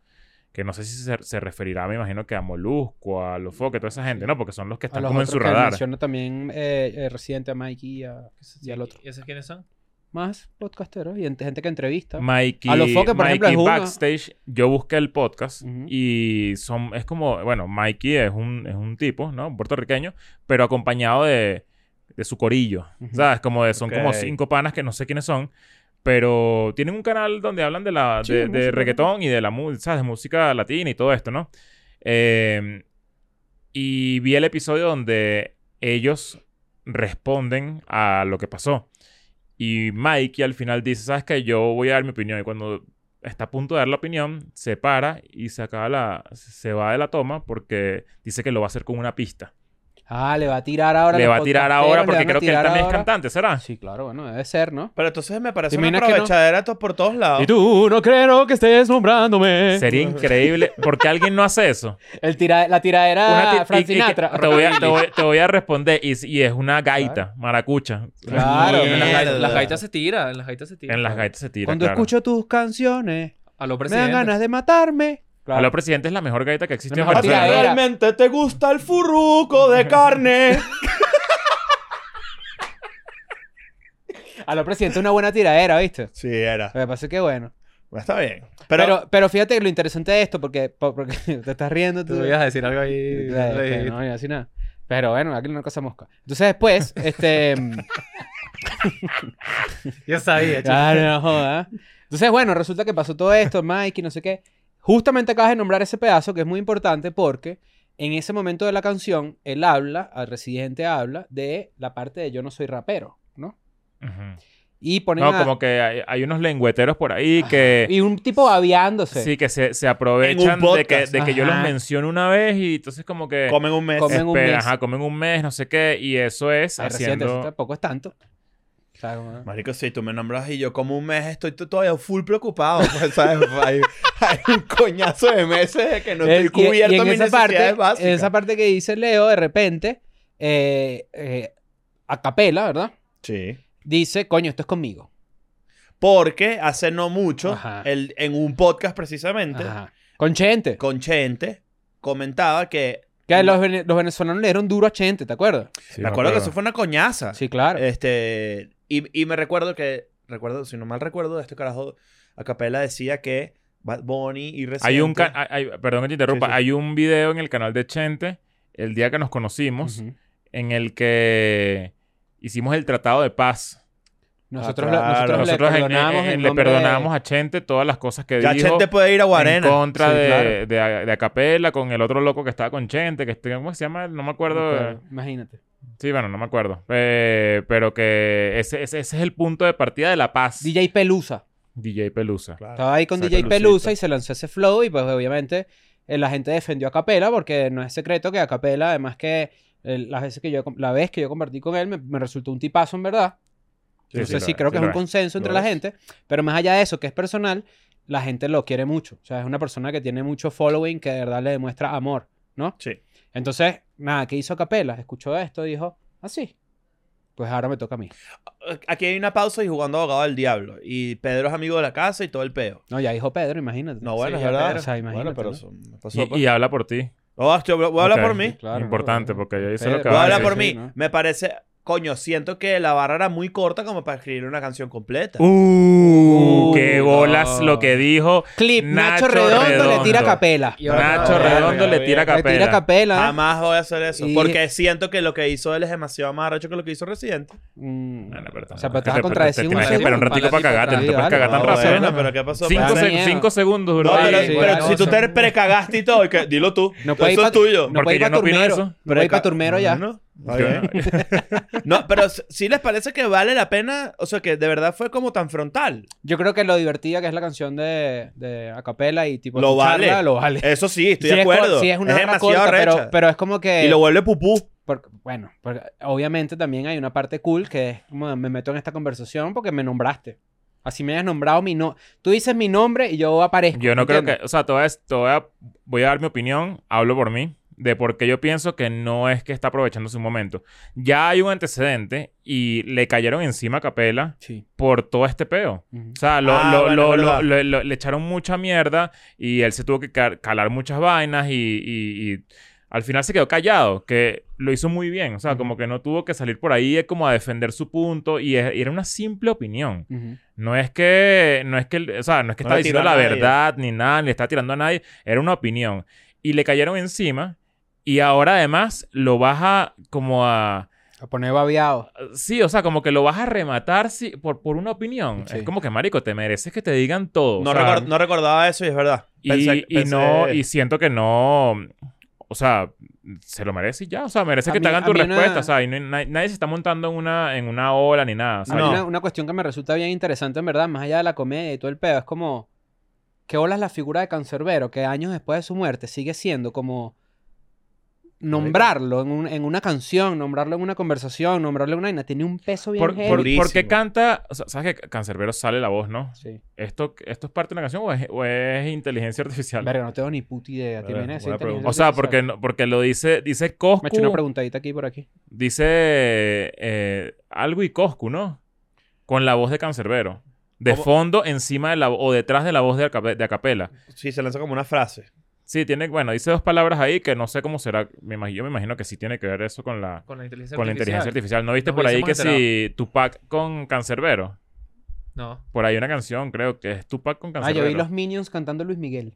B: Que no sé si se, se referirá, me imagino que a Molusco, a Lofo, que toda esa gente, ¿no? Porque son los que
C: A
B: están
C: los
B: como en
C: otros
B: su
C: que
B: radar.
C: menciono también eh, eh, Residente, a Mikey y, a- y al otro.
A: ¿Y esos quiénes son?
C: Más podcasteros y ent- gente que entrevista.
B: Mikey,
C: A los Fokker, por ejemplo,
B: Mikey
C: es uno.
B: Backstage, yo busqué el podcast
C: Ujú.
B: y son, es como, bueno, Mikey es un, es un tipo, ¿no? Un puertorriqueño, pero acompañado de, de su corillo,
C: Ujú.
B: ¿sabes? Como de, son como
D: Ok.
B: cinco panas que no sé quiénes son, pero tienen un canal donde hablan de, la,
C: Sí,
B: de,
C: de
B: de
C: música.
B: reggaetón y de la mu- ¿sabes? De música latina y todo esto, ¿no? Eh, y vi el episodio donde ellos responden a lo que pasó. Y Mikey al final dice, ¿sabes qué? Yo voy a dar mi opinión. Y cuando está a punto de dar la opinión, se para y se acaba la... Se va de la toma porque dice que lo va a hacer con una pista.
C: Ah, le va a tirar ahora.
B: le
C: los
B: va a tirar
C: podcasteros,
B: ahora
C: le
B: porque
C: van a
B: creo que él
C: tirar
B: también es
C: ahora.
B: cantante, ¿será?
C: Sí, claro, bueno, debe ser, ¿no?
D: Pero entonces me
C: ¿Te
D: parece una
C: imaginas que no?
D: aprovechadera to- por todos lados.
C: Y tú no creo que estés nombrándome.
B: Sería increíble. ¿Por qué alguien no hace eso?
C: El tira, la
B: Una
C: tiradera
B: ti- y-
C: Ah, Frank
B: y que-
C: Sinatra.
B: te, voy a, te voy- te voy a responder. Y, y es una gaita, maracucha.
C: Claro.
A: En las,
D: Mierda.
A: gaitas- las gaitas se tiran. En las gaitas se tiran.
B: En las gaitas se tira,
C: Cuando
B: claro.
C: escucho tus canciones,
A: A los
C: me dan
A: presidentes.
C: ganas de matarme.
B: A los presidentes es la mejor gaita que existe
C: La
B: en
C: mejor
B: Venezuela.
C: tiradera.
D: Realmente te gusta el furruco de carne.
C: A los presidentes una buena tiradera, ¿viste?
D: sí, era.
C: Lo que pasa es que bueno.
D: Bueno, Está bien.
C: Pero,
D: Pero,
C: pero, fíjate lo interesante de esto, porque, po- porque te estás riendo tú.
A: Tú ibas a decir algo ahí.
C: Eh,
A: no lo
C: que
A: dijiste.
C: no, yo así nada. Pero bueno, aquí no cosa mosca. Entonces después, este...
A: Yo sabía, chico.
C: Claro, no joda. Entonces, bueno, resulta que pasó todo esto, Mike, y no sé qué. Justamente acabas de nombrar ese pedazo que es muy importante porque en ese momento de la canción, él habla, el residente habla, de la parte de yo no soy rapero, ¿no?
B: Ujú.
C: Y ponen
B: No,
C: a- Ah,
B: como que hay, hay unos lengüeteros por ahí que...
C: y un tipo babeándose.
B: Sí, que se, se aprovechan
D: En un
B: de que,
D: podcast.
B: de que yo los
C: Ajá.
B: menciono una vez y entonces como que...
D: comen un mes. Eh,
C: Comen un
B: espera,
C: mes.
B: Ajá, comen un mes, no sé qué. Y eso es
C: Ay, residente, eso
B: haciendo...
C: tampoco es tanto. O sea, como-
D: Marico, si tú me nombras y yo como un mes, estoy t- todavía full preocupado. Pues, ¿sabes? hay, hay un coñazo de meses de que no
C: Eh,
D: estoy
C: y- y
D: cubierto
C: en
D: mis
C: esa
D: necesidades
C: parte,
D: básicas.
C: en esa parte que dice Leo, de repente, eh, eh, a capela, ¿verdad?
D: Sí.
C: Dice, coño, esto es conmigo.
D: Porque hace no mucho,
C: Ajá.
D: el- en un podcast precisamente,
C: Ajá. Con gente.
D: con Chente, comentaba que...
C: Que los, vene- los venezolanos le dieron duro a Chente, ¿te acuerdas?
B: Sí,
D: Me acuerdo que eso fue una coñaza.
C: Sí, claro.
D: Este, y, y me recuerdo que, recuerdo, si no mal recuerdo, de este carajo, Acapela decía que Bad Bunny y Residente...
B: Hay un... ca- hay- hay- perdón que te interrumpa.
D: Sí, sí.
B: Hay un video en el canal de Chente, el día que nos conocimos,
C: Ujú.
B: en el que hicimos el tratado de paz.
C: Nosotros,
D: Ah,
C: lo-
D: claro.
C: nosotros,
B: Nosotros
C: le
B: en- en-
C: perdonamos
B: en-
C: el
B: le
C: nombre
B: perdonamos
C: de-
B: a Chente todas las cosas que
D: Ya
B: dijo.
D: Chente puede ir a
B: En
D: Guarena.
B: contra
C: Sí,
B: de,
C: claro.
B: de- de Acapela con el otro loco que estaba con Chente, que este- ¿cómo se llama? No me acuerdo. eh.
C: Ok, Imagínate.
B: Sí, bueno, no me acuerdo. Eh, pero que ese, ese, ese es el punto de partida de la paz. DJ,
C: DJ Pelusa.
B: Pelusa.
D: Claro.
C: Estaba ahí con
D: Saca
C: DJ
D: Lucito.
C: Pelusa y se lanzó ese flow y pues obviamente eh, la gente defendió a Capela porque no es secreto que a Capela, además que eh, las veces que yo, la vez que yo compartí con él me, me resultó un tipazo en verdad.
B: Sí,
C: Entonces
B: lo
C: sí,
B: es,
C: creo que es
B: lo
C: un consenso
B: Lo
C: entre la
B: es.
C: gente, pero más allá de eso, que es personal, la gente lo quiere mucho. O sea, es una persona que tiene mucho following, que de verdad le demuestra amor, ¿no?
D: Sí.
C: Entonces, nada, ¿qué hizo Capela? Escuchó esto y dijo, así. pues ahora me toca a mí.
D: Aquí hay una pausa y jugando abogado del diablo. Y Pedro es amigo de la casa y todo el peo.
C: No, ya dijo Pedro, imagínate.
D: No, bueno,
A: Sí,
D: es
A: ya
D: verdad.
A: Pedro.
C: O sea, imagínate,
D: bueno, pero
C: ¿no?
D: eso me pasó.
B: Y,
D: pues.
B: y habla por ti.
D: Oh, hostia, voy a hablar
B: Ok.
D: por mí.
C: Claro,
B: Importante, porque yo hice lo
C: Pedro.
B: que
D: Voy a
B: hago.
D: hablar
B: Sí,
D: por
B: sí.
D: mí.
C: sí, ¿no?
D: Me parece, coño, siento que la barra era muy corta como para escribir una canción completa.
B: Uh,
C: Uh,
B: qué bolas
A: no.
B: lo que dijo.
C: Clip, Nacho,
B: Nacho
C: Redondo, le tira a
B: Redondo.
C: Capela.
A: Y ahora-
B: Nacho
A: Ah,
B: Redondo le
A: mira,
B: tira
C: Le tira a
B: capela.
C: Capela.
D: Jamás voy a hacer eso.
C: Y-
D: Porque siento que lo que hizo él es demasiado más arrecho que lo que hizo Residente.
C: Mm.
B: No, no, pero-
C: o sea, pero
B: es que
C: estás
B: te-
C: a contradecir
B: te-
C: un
B: te- te-
A: segundo.
B: Pero un ratico para
A: Para la
B: cagarte, no te
C: tipa
B: puedes
C: atrás.
B: cagar tan
D: Ah,
B: rápido.
D: bueno, pero ¿qué pasó?
B: Cinco,
D: Pues,
C: da
B: seg-
C: miedo.
B: cinco segundos, bro.
D: No, pero,
C: sí,
D: pero
C: no,
D: si tú
A: sí.
D: te precagaste y todo, y que- dilo tú.
C: No
D: eso
C: puede ir
D: es
C: pa-
D: tuyo.
C: No
B: Porque
C: puede ir
B: yo
C: para
B: no opino
C: Turmero.
B: eso.
C: No puede ir para Turmero ya.
D: Bueno, está bien. No, pero s- sí les parece que vale la pena, o sea, que de verdad fue como tan frontal.
C: Yo creo que lo divertida que es la canción de, de a capela y tipo
D: Lo vale.
C: escucharla, lo vale.
D: Eso sí, estoy
C: Sí
D: de
C: es co-
D: acuerdo.
C: sí es una barra
D: demasiado
C: corta, pero,
D: arrecha.
C: pero eh, es como que
D: Y lo vuelve pupú.
C: porque- bueno, porque obviamente también hay una parte cool que es como me meto en esta conversación porque me nombraste. Así me hayas nombrado mi no tú dices mi nombre y yo aparezco.
B: Yo no creo que,
C: ¿entiendes?
B: o sea, todavía, es- todavía voy a dar mi opinión, hablo por mí, de por qué yo pienso que no es que está aprovechando su momento. Ya hay un antecedente y le cayeron encima a Capela
C: Sí.
B: por todo este peo.
C: Ujú.
B: O sea, lo-
D: Ah,
B: lo-
D: bueno,
B: lo-
D: es
B: lo-
D: verdad.
B: lo- lo- le echaron mucha mierda y él se tuvo que ca- calar muchas vainas y, y- y al final se quedó callado, que lo hizo muy bien. O sea,
C: Ujú.
B: como que no tuvo que salir por ahí como a defender su punto y es- y era una simple opinión.
C: Ujú.
B: No es que, no es que, o sea, no es que
D: No
B: está
D: le
B: diciendo
D: tiró a
B: la
D: nadie.
B: verdad ni nada, ni le está tirando a nadie, era una opinión. Y le cayeron encima y ahora además lo vas a como a
C: A poner babeado.
B: sí, o sea, como que lo vas a rematar sí, por, por una opinión.
C: Sí.
B: Es como que marico, te mereces que te digan todo.
D: No,
B: o sea,
D: recor- no recordaba eso y es verdad.
B: y,
D: Pensé-
B: y
D: pensé-
B: no y siento que no o sea, se lo merece y ya, o sea, merece
C: A
B: que
C: mí-
B: te hagan
C: a
B: tu
C: mí una-
B: respuesta, o sea, y no hay- na- nadie se está montando en una en una ola ni nada, o
C: A
B: sea,
C: mí
D: No.
C: una, una cuestión que me resulta bien interesante, en verdad, más allá de la comedia y todo el pedo, es como que olas la figura de Cancerbero, que años después de su muerte sigue siendo como nombrarlo en, un- en una canción, nombrarlo en una conversación, nombrarlo en una vaina, tiene un peso bien
B: por,
C: heavy.
B: por, porque
D: Durísimo.
B: canta, o sea, sabes que Cancerbero sale la voz, ¿no?
C: Sí.
B: ¿Esto, ¿Esto es parte de una canción o es, o es inteligencia artificial?
C: Verga, no tengo ni puta idea. ¿Te
D: Verga,
C: imaginas esa
D: buena
C: inteligencia
B: o sea,
C: artificial?
B: porque, no- porque lo dice, dice Coscu,
C: Me he hecho una preguntadita aquí por aquí.
B: dice eh, algo y Coscu, ¿no? Con la voz de Cancerbero. De
D: ¿Cómo?
B: fondo, encima de la o detrás de la voz de, Acape- de Acapela.
D: Sí, se lanzó como una frase.
B: Sí, tiene, bueno, dice dos palabras ahí que no sé cómo será. Me imag- yo me imagino que sí tiene que ver eso con la,
A: Con la inteligencia
B: con la inteligencia artificial. ¿No viste
A: Nos
B: por ahí que
A: hubiésemos
B: si Tupac con Cancerbero?
A: No.
B: Por ahí una canción, creo que es Tupac con
C: Ah,
B: Cancerbero.
C: yo vi los Minions cantando Luis Miguel.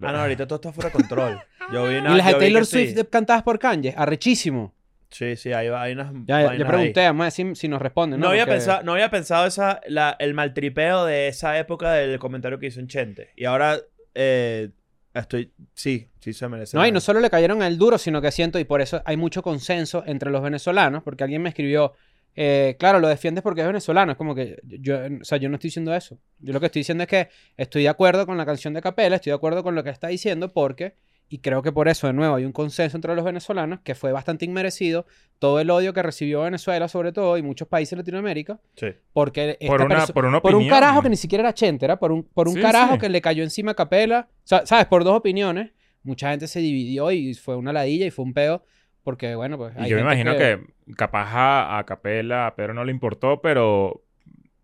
D: Ah, no, ahorita todo está fuera de control. Yo vi una,
C: y las de
D: yo vi
C: Taylor
D: que sí.
C: Swift cantadas por Kanye. Arrechísimo.
D: Sí, sí, hay vainas.
C: Ya, ya
D: vainas
C: pregunté,
D: ahí.
C: vamos a ver si, si nos responden.
D: No,
C: No,
D: había
C: Porque-
D: pensado, no había pensado esa, la, el maltripeo de esa época del comentario que hizo en Chente. Y ahora eh, estoy. Sí, sí se merece.
C: No,
D: la-
C: y no solo le cayeron al duro, sino que siento, y por eso hay mucho consenso entre los venezolanos, porque alguien me escribió, eh, claro, lo defiendes porque es venezolano, es como que yo, o sea, yo no estoy diciendo eso. Yo lo que estoy diciendo es que estoy de acuerdo con la canción de Capela, estoy de acuerdo con lo que está diciendo, porque, y creo que por eso, de nuevo, hay un consenso entre los venezolanos que fue bastante inmerecido, todo el odio que recibió Venezuela, sobre todo, y muchos países de Latinoamericá,
D: Sí.
C: porque esta
B: por una,
C: perso-
B: por una
C: por un
B: opinión.
C: carajo que ni siquiera era Chente, era por un, por un
B: Sí,
C: carajo
B: sí.
C: que le cayó encima a Capela. O sea, ¿Sabes? Por dos opiniones. Mucha gente se dividió y fue una ladilla y fue un peo. Porque, bueno, pues.
B: Y yo me imagino que, capaz a, a Capela, a Pedro no le importó, pero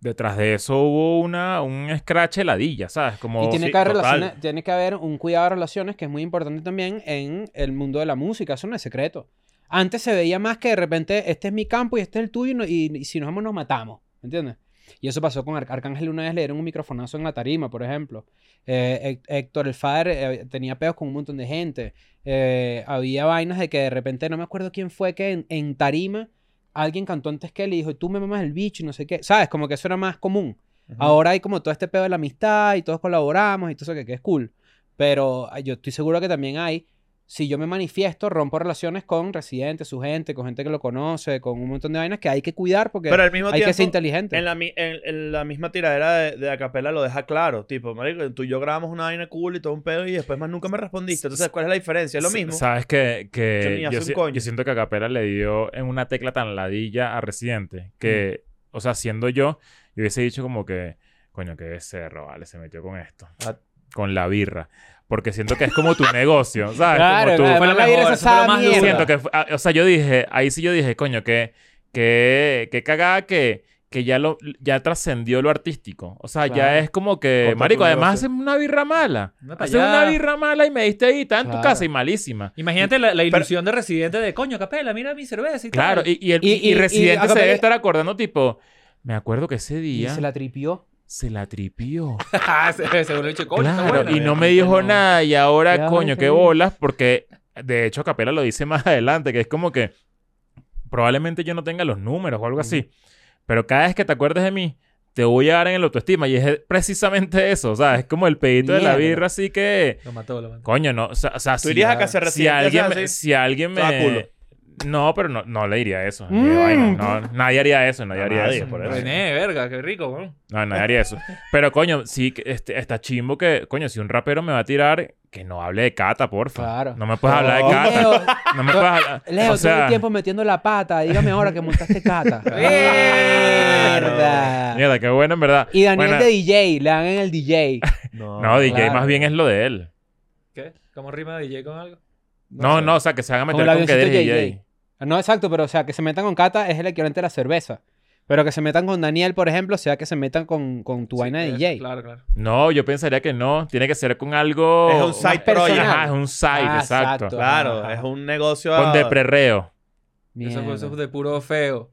B: detrás de eso hubo una, un scratch heladilla, ¿sabes? Como...
C: Y tiene,
D: sí,
C: que haber
D: total.
C: relaciones- tiene que haber un cuidado de relaciones que es muy importante también en el mundo de la música. Eso no es secreto. Antes se veía más que de repente este es mi campo y este es el tuyo y, no- y- y si nos vamos nos matamos. ¿Me entiendes? Y eso pasó con Ar- Arcángel una vez le dieron un microfonazo en la tarima, por ejemplo. Eh, Hé- Héctor el Fader eh, tenía peos con un montón de gente. Eh, había vainas de que de repente no me acuerdo quién fue que en, en tarima alguien cantó antes que él y dijo, tú me mamas el bicho y no sé qué. ¿Sabes? Como que eso era más común.
D: Ujú.
C: Ahora hay como todo este pedo de la amistad y todos colaboramos y todo eso que, que es cool. Pero ah, yo estoy seguro que también hay, si yo me manifiesto, rompo relaciones con residentes, su gente, con gente que lo conoce, con un montón de vainas que hay que cuidar porque
D: Pero al mismo
C: hay
D: tiempo.
C: que ser inteligente.
D: En la, mi- en, en la misma tiradera de, de Acapela lo deja claro. Tipo, marico, tú y yo grabamos una vaina cool y todo un pedo y después más nunca me respondiste. Entonces, ¿cuál es la diferencia? Es lo
B: S-
D: mismo.
B: Sabes que, que
D: Yo ni
B: yo,
D: hace un
B: si-
D: coño.
B: yo siento que a Capela le dio en una tecla tan ladilla a Residente que, o sea, siendo yo, yo hubiese dicho como que, coño, qué becerro, vale, se metió con esto.
D: Ah.
B: Con la birra. Porque siento que es como tu negocio, ¿sabes?
C: Claro,
B: como tu,
C: claro,
A: Fue la
C: no le
A: mejor,
C: digas
A: eso fue lo
C: esa
A: más
C: mierda.
A: duro.
B: Siento que, fue- ah, o sea, yo dije, ahí sí yo dije, coño, que, que, que cagada que, que ya lo, ya trascendió lo artístico. O sea,
C: Claro.
B: ya es como que,
D: Contra
B: marico,
D: tu
B: además
D: negocio.
B: haces una birra mala.
A: Anda pa'
B: Haces una
A: allá.
B: birra mala y me diste ahí, está en tu
C: Claro.
B: casa y malísima.
A: Imagínate la, la ilusión de residente de coño, Capela, mira mi cerveza y
B: Claro,
A: tal.
B: y, y, el,
C: Y-
B: y,
C: y- y
B: Residente
C: acá
B: se debe
C: me-
B: estar acordando, tipo, me acuerdo que ese
C: Y
B: día
C: se la tripió.
B: se la tripió.
A: Ah, se- Seguro le dicho, coño, está
B: Claro,
A: buena.
B: y no me
D: obviamente
B: dijo
D: no.
B: nada. Y ahora,
C: Y ahora
B: coño,
C: qué
B: qué
C: bien.
B: bolas, porque de hecho Capela lo dice más adelante, que es como que probablemente yo no tenga los números o algo así. Pero cada vez que te acuerdes de mí, te voy a dar en el autoestima. Y es e, precisamente eso, o sea, es como el pedito de la
C: Mierda.
B: birra, así que...
A: Lo mató, lo mató.
B: Coño, no, o sea, o sea,
D: Tú
B: si-
D: irías a casa de
B: si
D: residente.
B: alguien, me-
D: ¿sabes?
B: si alguien
D: Todo a
B: me... No, pero no, no le diría eso. Qué
C: Mm.
B: vaina, no, nadie haría eso, nadie
D: No,
B: haría
D: nadie,
B: eso.
D: por eso.
A: René, verga, qué rico, weón.
B: No, nadie haría eso. Pero, coño, sí, que este, está chimbo que, coño, si un rapero me va a tirar, que no hable de cata, porfa.
C: Claro. Oh,
B: No me puedes hablar de
D: No.
B: cata.
C: Leo,
B: No me puedes hablar.
C: Leo,
B: o
C: todo
B: sea,
C: el tiempo metiendo la pata. Dígame ahora que montaste cata. Mierda.
B: mierda, qué bueno, en verdad.
C: Y Daniel
B: Bueno,
C: de DJ, le dan en el DJ.
D: No,
B: No, DJ
C: claro.
B: más bien es lo de él.
A: ¿Qué? ¿Cómo rima DJ con algo?
B: No, no, o sea, que se haga
C: Como
B: meter
C: el
B: con que eres
C: avioncito
B: DJ.
C: JJ. No, exacto, pero o sea, que se metan con Cata es el equivalente a la cerveza. Pero que se metan con Daniel, por ejemplo, sea que se metan con, con tu
A: Sí,
C: vaina de
A: eh,
C: DJ.
A: Claro, claro.
B: No, yo pensaría que no. Tiene que ser con algo...
D: Es un side
C: más personal.
D: project.
B: Ajá, es un side,
C: Ah,
B: exacto.
C: exacto.
D: Claro,
C: Ajá.
D: es un negocio.
B: Con de prerreo.
A: Eso,
C: Mierda.
A: eso es de puro feo.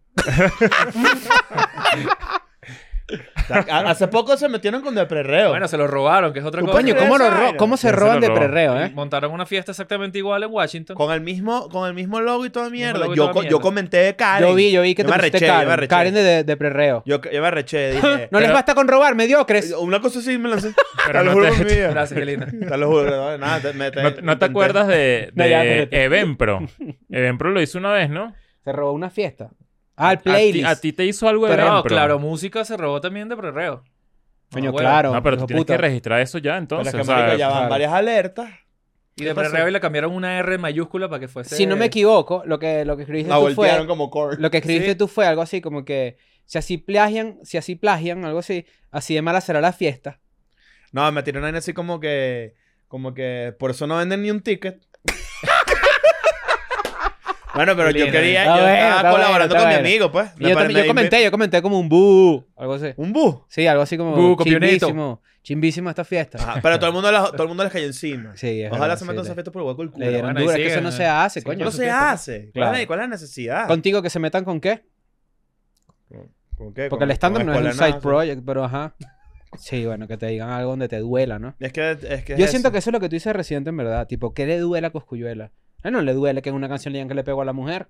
D: Ha- Hace poco se metieron con de prerreo.
A: Bueno, se lo robaron, que es otra
D: Tú,
A: cosa.
D: Oh. coño,
C: Coño, ¿cómo, lo
D: esa
C: ro-
D: vaina.
C: cómo se
B: Ya se
C: roban
B: lo
C: de
B: robó.
C: prerreo, eh?
A: Montaron una fiesta exactamente igual en Washington.
D: con el mismo, con el mismo logo y toda mierda.
A: logo y
D: yo,
A: toda
D: co- yo
A: mierda.
D: comenté de Karen.
C: Yo vi, yo vi que
D: Yo
C: te
D: me
C: pusiste
D: arreché, yo me
C: Karen.
D: arreché.
C: Karen de, de prerreo.
D: Yo, yo me arreché, dije.
C: No les
B: Pero-
C: basta con robar, mediocres.
D: Una cosa así me lancé.
B: Pero
D: te
B: no
D: lo juro
B: te-
D: por mi vida.
A: Gracias, qué linda.
D: Te lo juro. no, Nada, te- me-
B: ¿No, no te
D: intenté.
B: acuerdas de,
C: No, ya,
B: de
C: espérate.
B: Evenpro? Evenpro lo hizo una vez, ¿no?
C: Se robó una fiesta. Ah, el
B: A ti,
C: playlist.
B: a ti te hizo algo
A: Pero
B: Evenpro.
A: no, claro, música se robó también de prerreo.
C: Coño,
A: Ah, bueno.
C: claro.
B: No, pero
C: hijo
B: tú tienes
C: puta.
B: que registrar eso ya,
D: Pero
B: entonces.
D: es que,
B: o sea,
D: marico, ya van
C: claro.
D: varias alertas.
A: Y de
D: ¿Qué pasó?
A: prerreo y le cambiaron una R mayúscula para que fuese.
C: Si no me equivoco, lo que, lo que escribiste
D: La
C: tú fue...
D: voltearon como core.
C: Lo que escribiste
A: Sí.
C: tú fue algo así como que... Si así plagian, si así plagian, algo así, así de mala será la fiesta.
D: No, me tiró una vaina así como que. Como que. Por eso no venden ni un ticket. bueno, pero yo
A: Lindo.
D: quería.
C: Está
D: yo
C: bueno,
D: estaba
C: está
D: colaborando
C: bueno,
D: con
C: está
D: mi
C: bueno.
D: amigo, pues.
C: Y
D: Me
C: yo,
D: pare-
C: también- yo
D: me-
C: comenté, yo comenté como un bu, algo así.
D: ¿Un bus?
C: Sí, algo así como
A: Bu, copionito.
C: chimbísimo, chimbísimo esta fiesta.
D: Ajá, pero todo el mundo las- todo el mundo les cayó encima.
C: Sí, es
D: Ojalá
C: verdad, sí,
D: se metan
C: le-
D: esas fiestas por el hueco del culo.
C: Le dieron
A: Bueno,
D: hermano.
A: ahí
C: dura,
A: sigue,
C: que eso no
A: ¿no?
C: se hace,
A: Sí,
C: coño.
D: No
A: por
D: se
A: supuesto.
D: hace. ¿Cuál, es, la- cuál es la necesidad?
C: Contigo que se metan con qué?
D: ¿Con qué?
C: Porque
D: Con-
C: el estándar
D: con
C: no es un
D: escuela,
C: side
D: nada,
C: project, pero ajá. Sí, bueno, que te digan algo donde te duela, ¿no?
D: sí. Es que es que
C: Yo
D: es
C: siento
D: eso.
C: que eso es lo que tú dices reciente, en verdad. Tipo, ¿qué le duele a Coscuyuela? A él no le duele que en una canción le digan que le pegó a la mujer.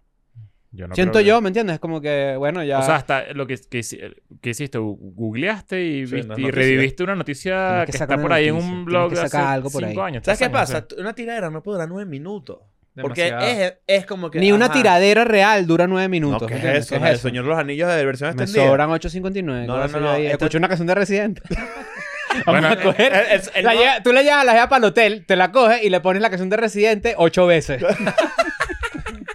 B: yo no
C: siento
B: creo que-
C: yo, ¿me entiendes? Es como que, bueno, ya...
B: O sea, hasta lo que, que hici- que hiciste, gu- googleaste y,
D: Sí,
B: viste-
D: una
B: y
D: noticia.
B: reviviste una noticia
C: Tienes que
B: que,
C: sacar
B: está
C: una
B: por ahí en
C: noticia,
B: un
C: tienes
B: blog
C: que
B: hace
C: sacar algo por
B: cinco
C: ahí.
B: años.
D: ¿Sabes qué
B: tres años,
D: pasa?
B: sí.
D: Una tiradera no puede durar nueve minutos. Porque
A: Demasiado.
D: es, es como que.
C: Ni una
D: ajá.
C: tiradera real dura nueve
D: No,
C: minutos.
D: ¿qué es
C: ¿entiendes?
D: eso?
C: ¿Qué
D: El Señor de los Anillos de versión
C: Me
D: extendida.
C: sobran 8.59.
D: No,
C: ¿cómo
D: no, este
C: soy
D: no,
C: yo ahí?
D: no, esta-
C: Escuché una canción de Residente.
B: Bueno,
D: El- el- el-
C: La
D: no-
C: lleva- tú le llevas la llevas para el hotel, te la coges y le pones la canción de Residente ocho veces.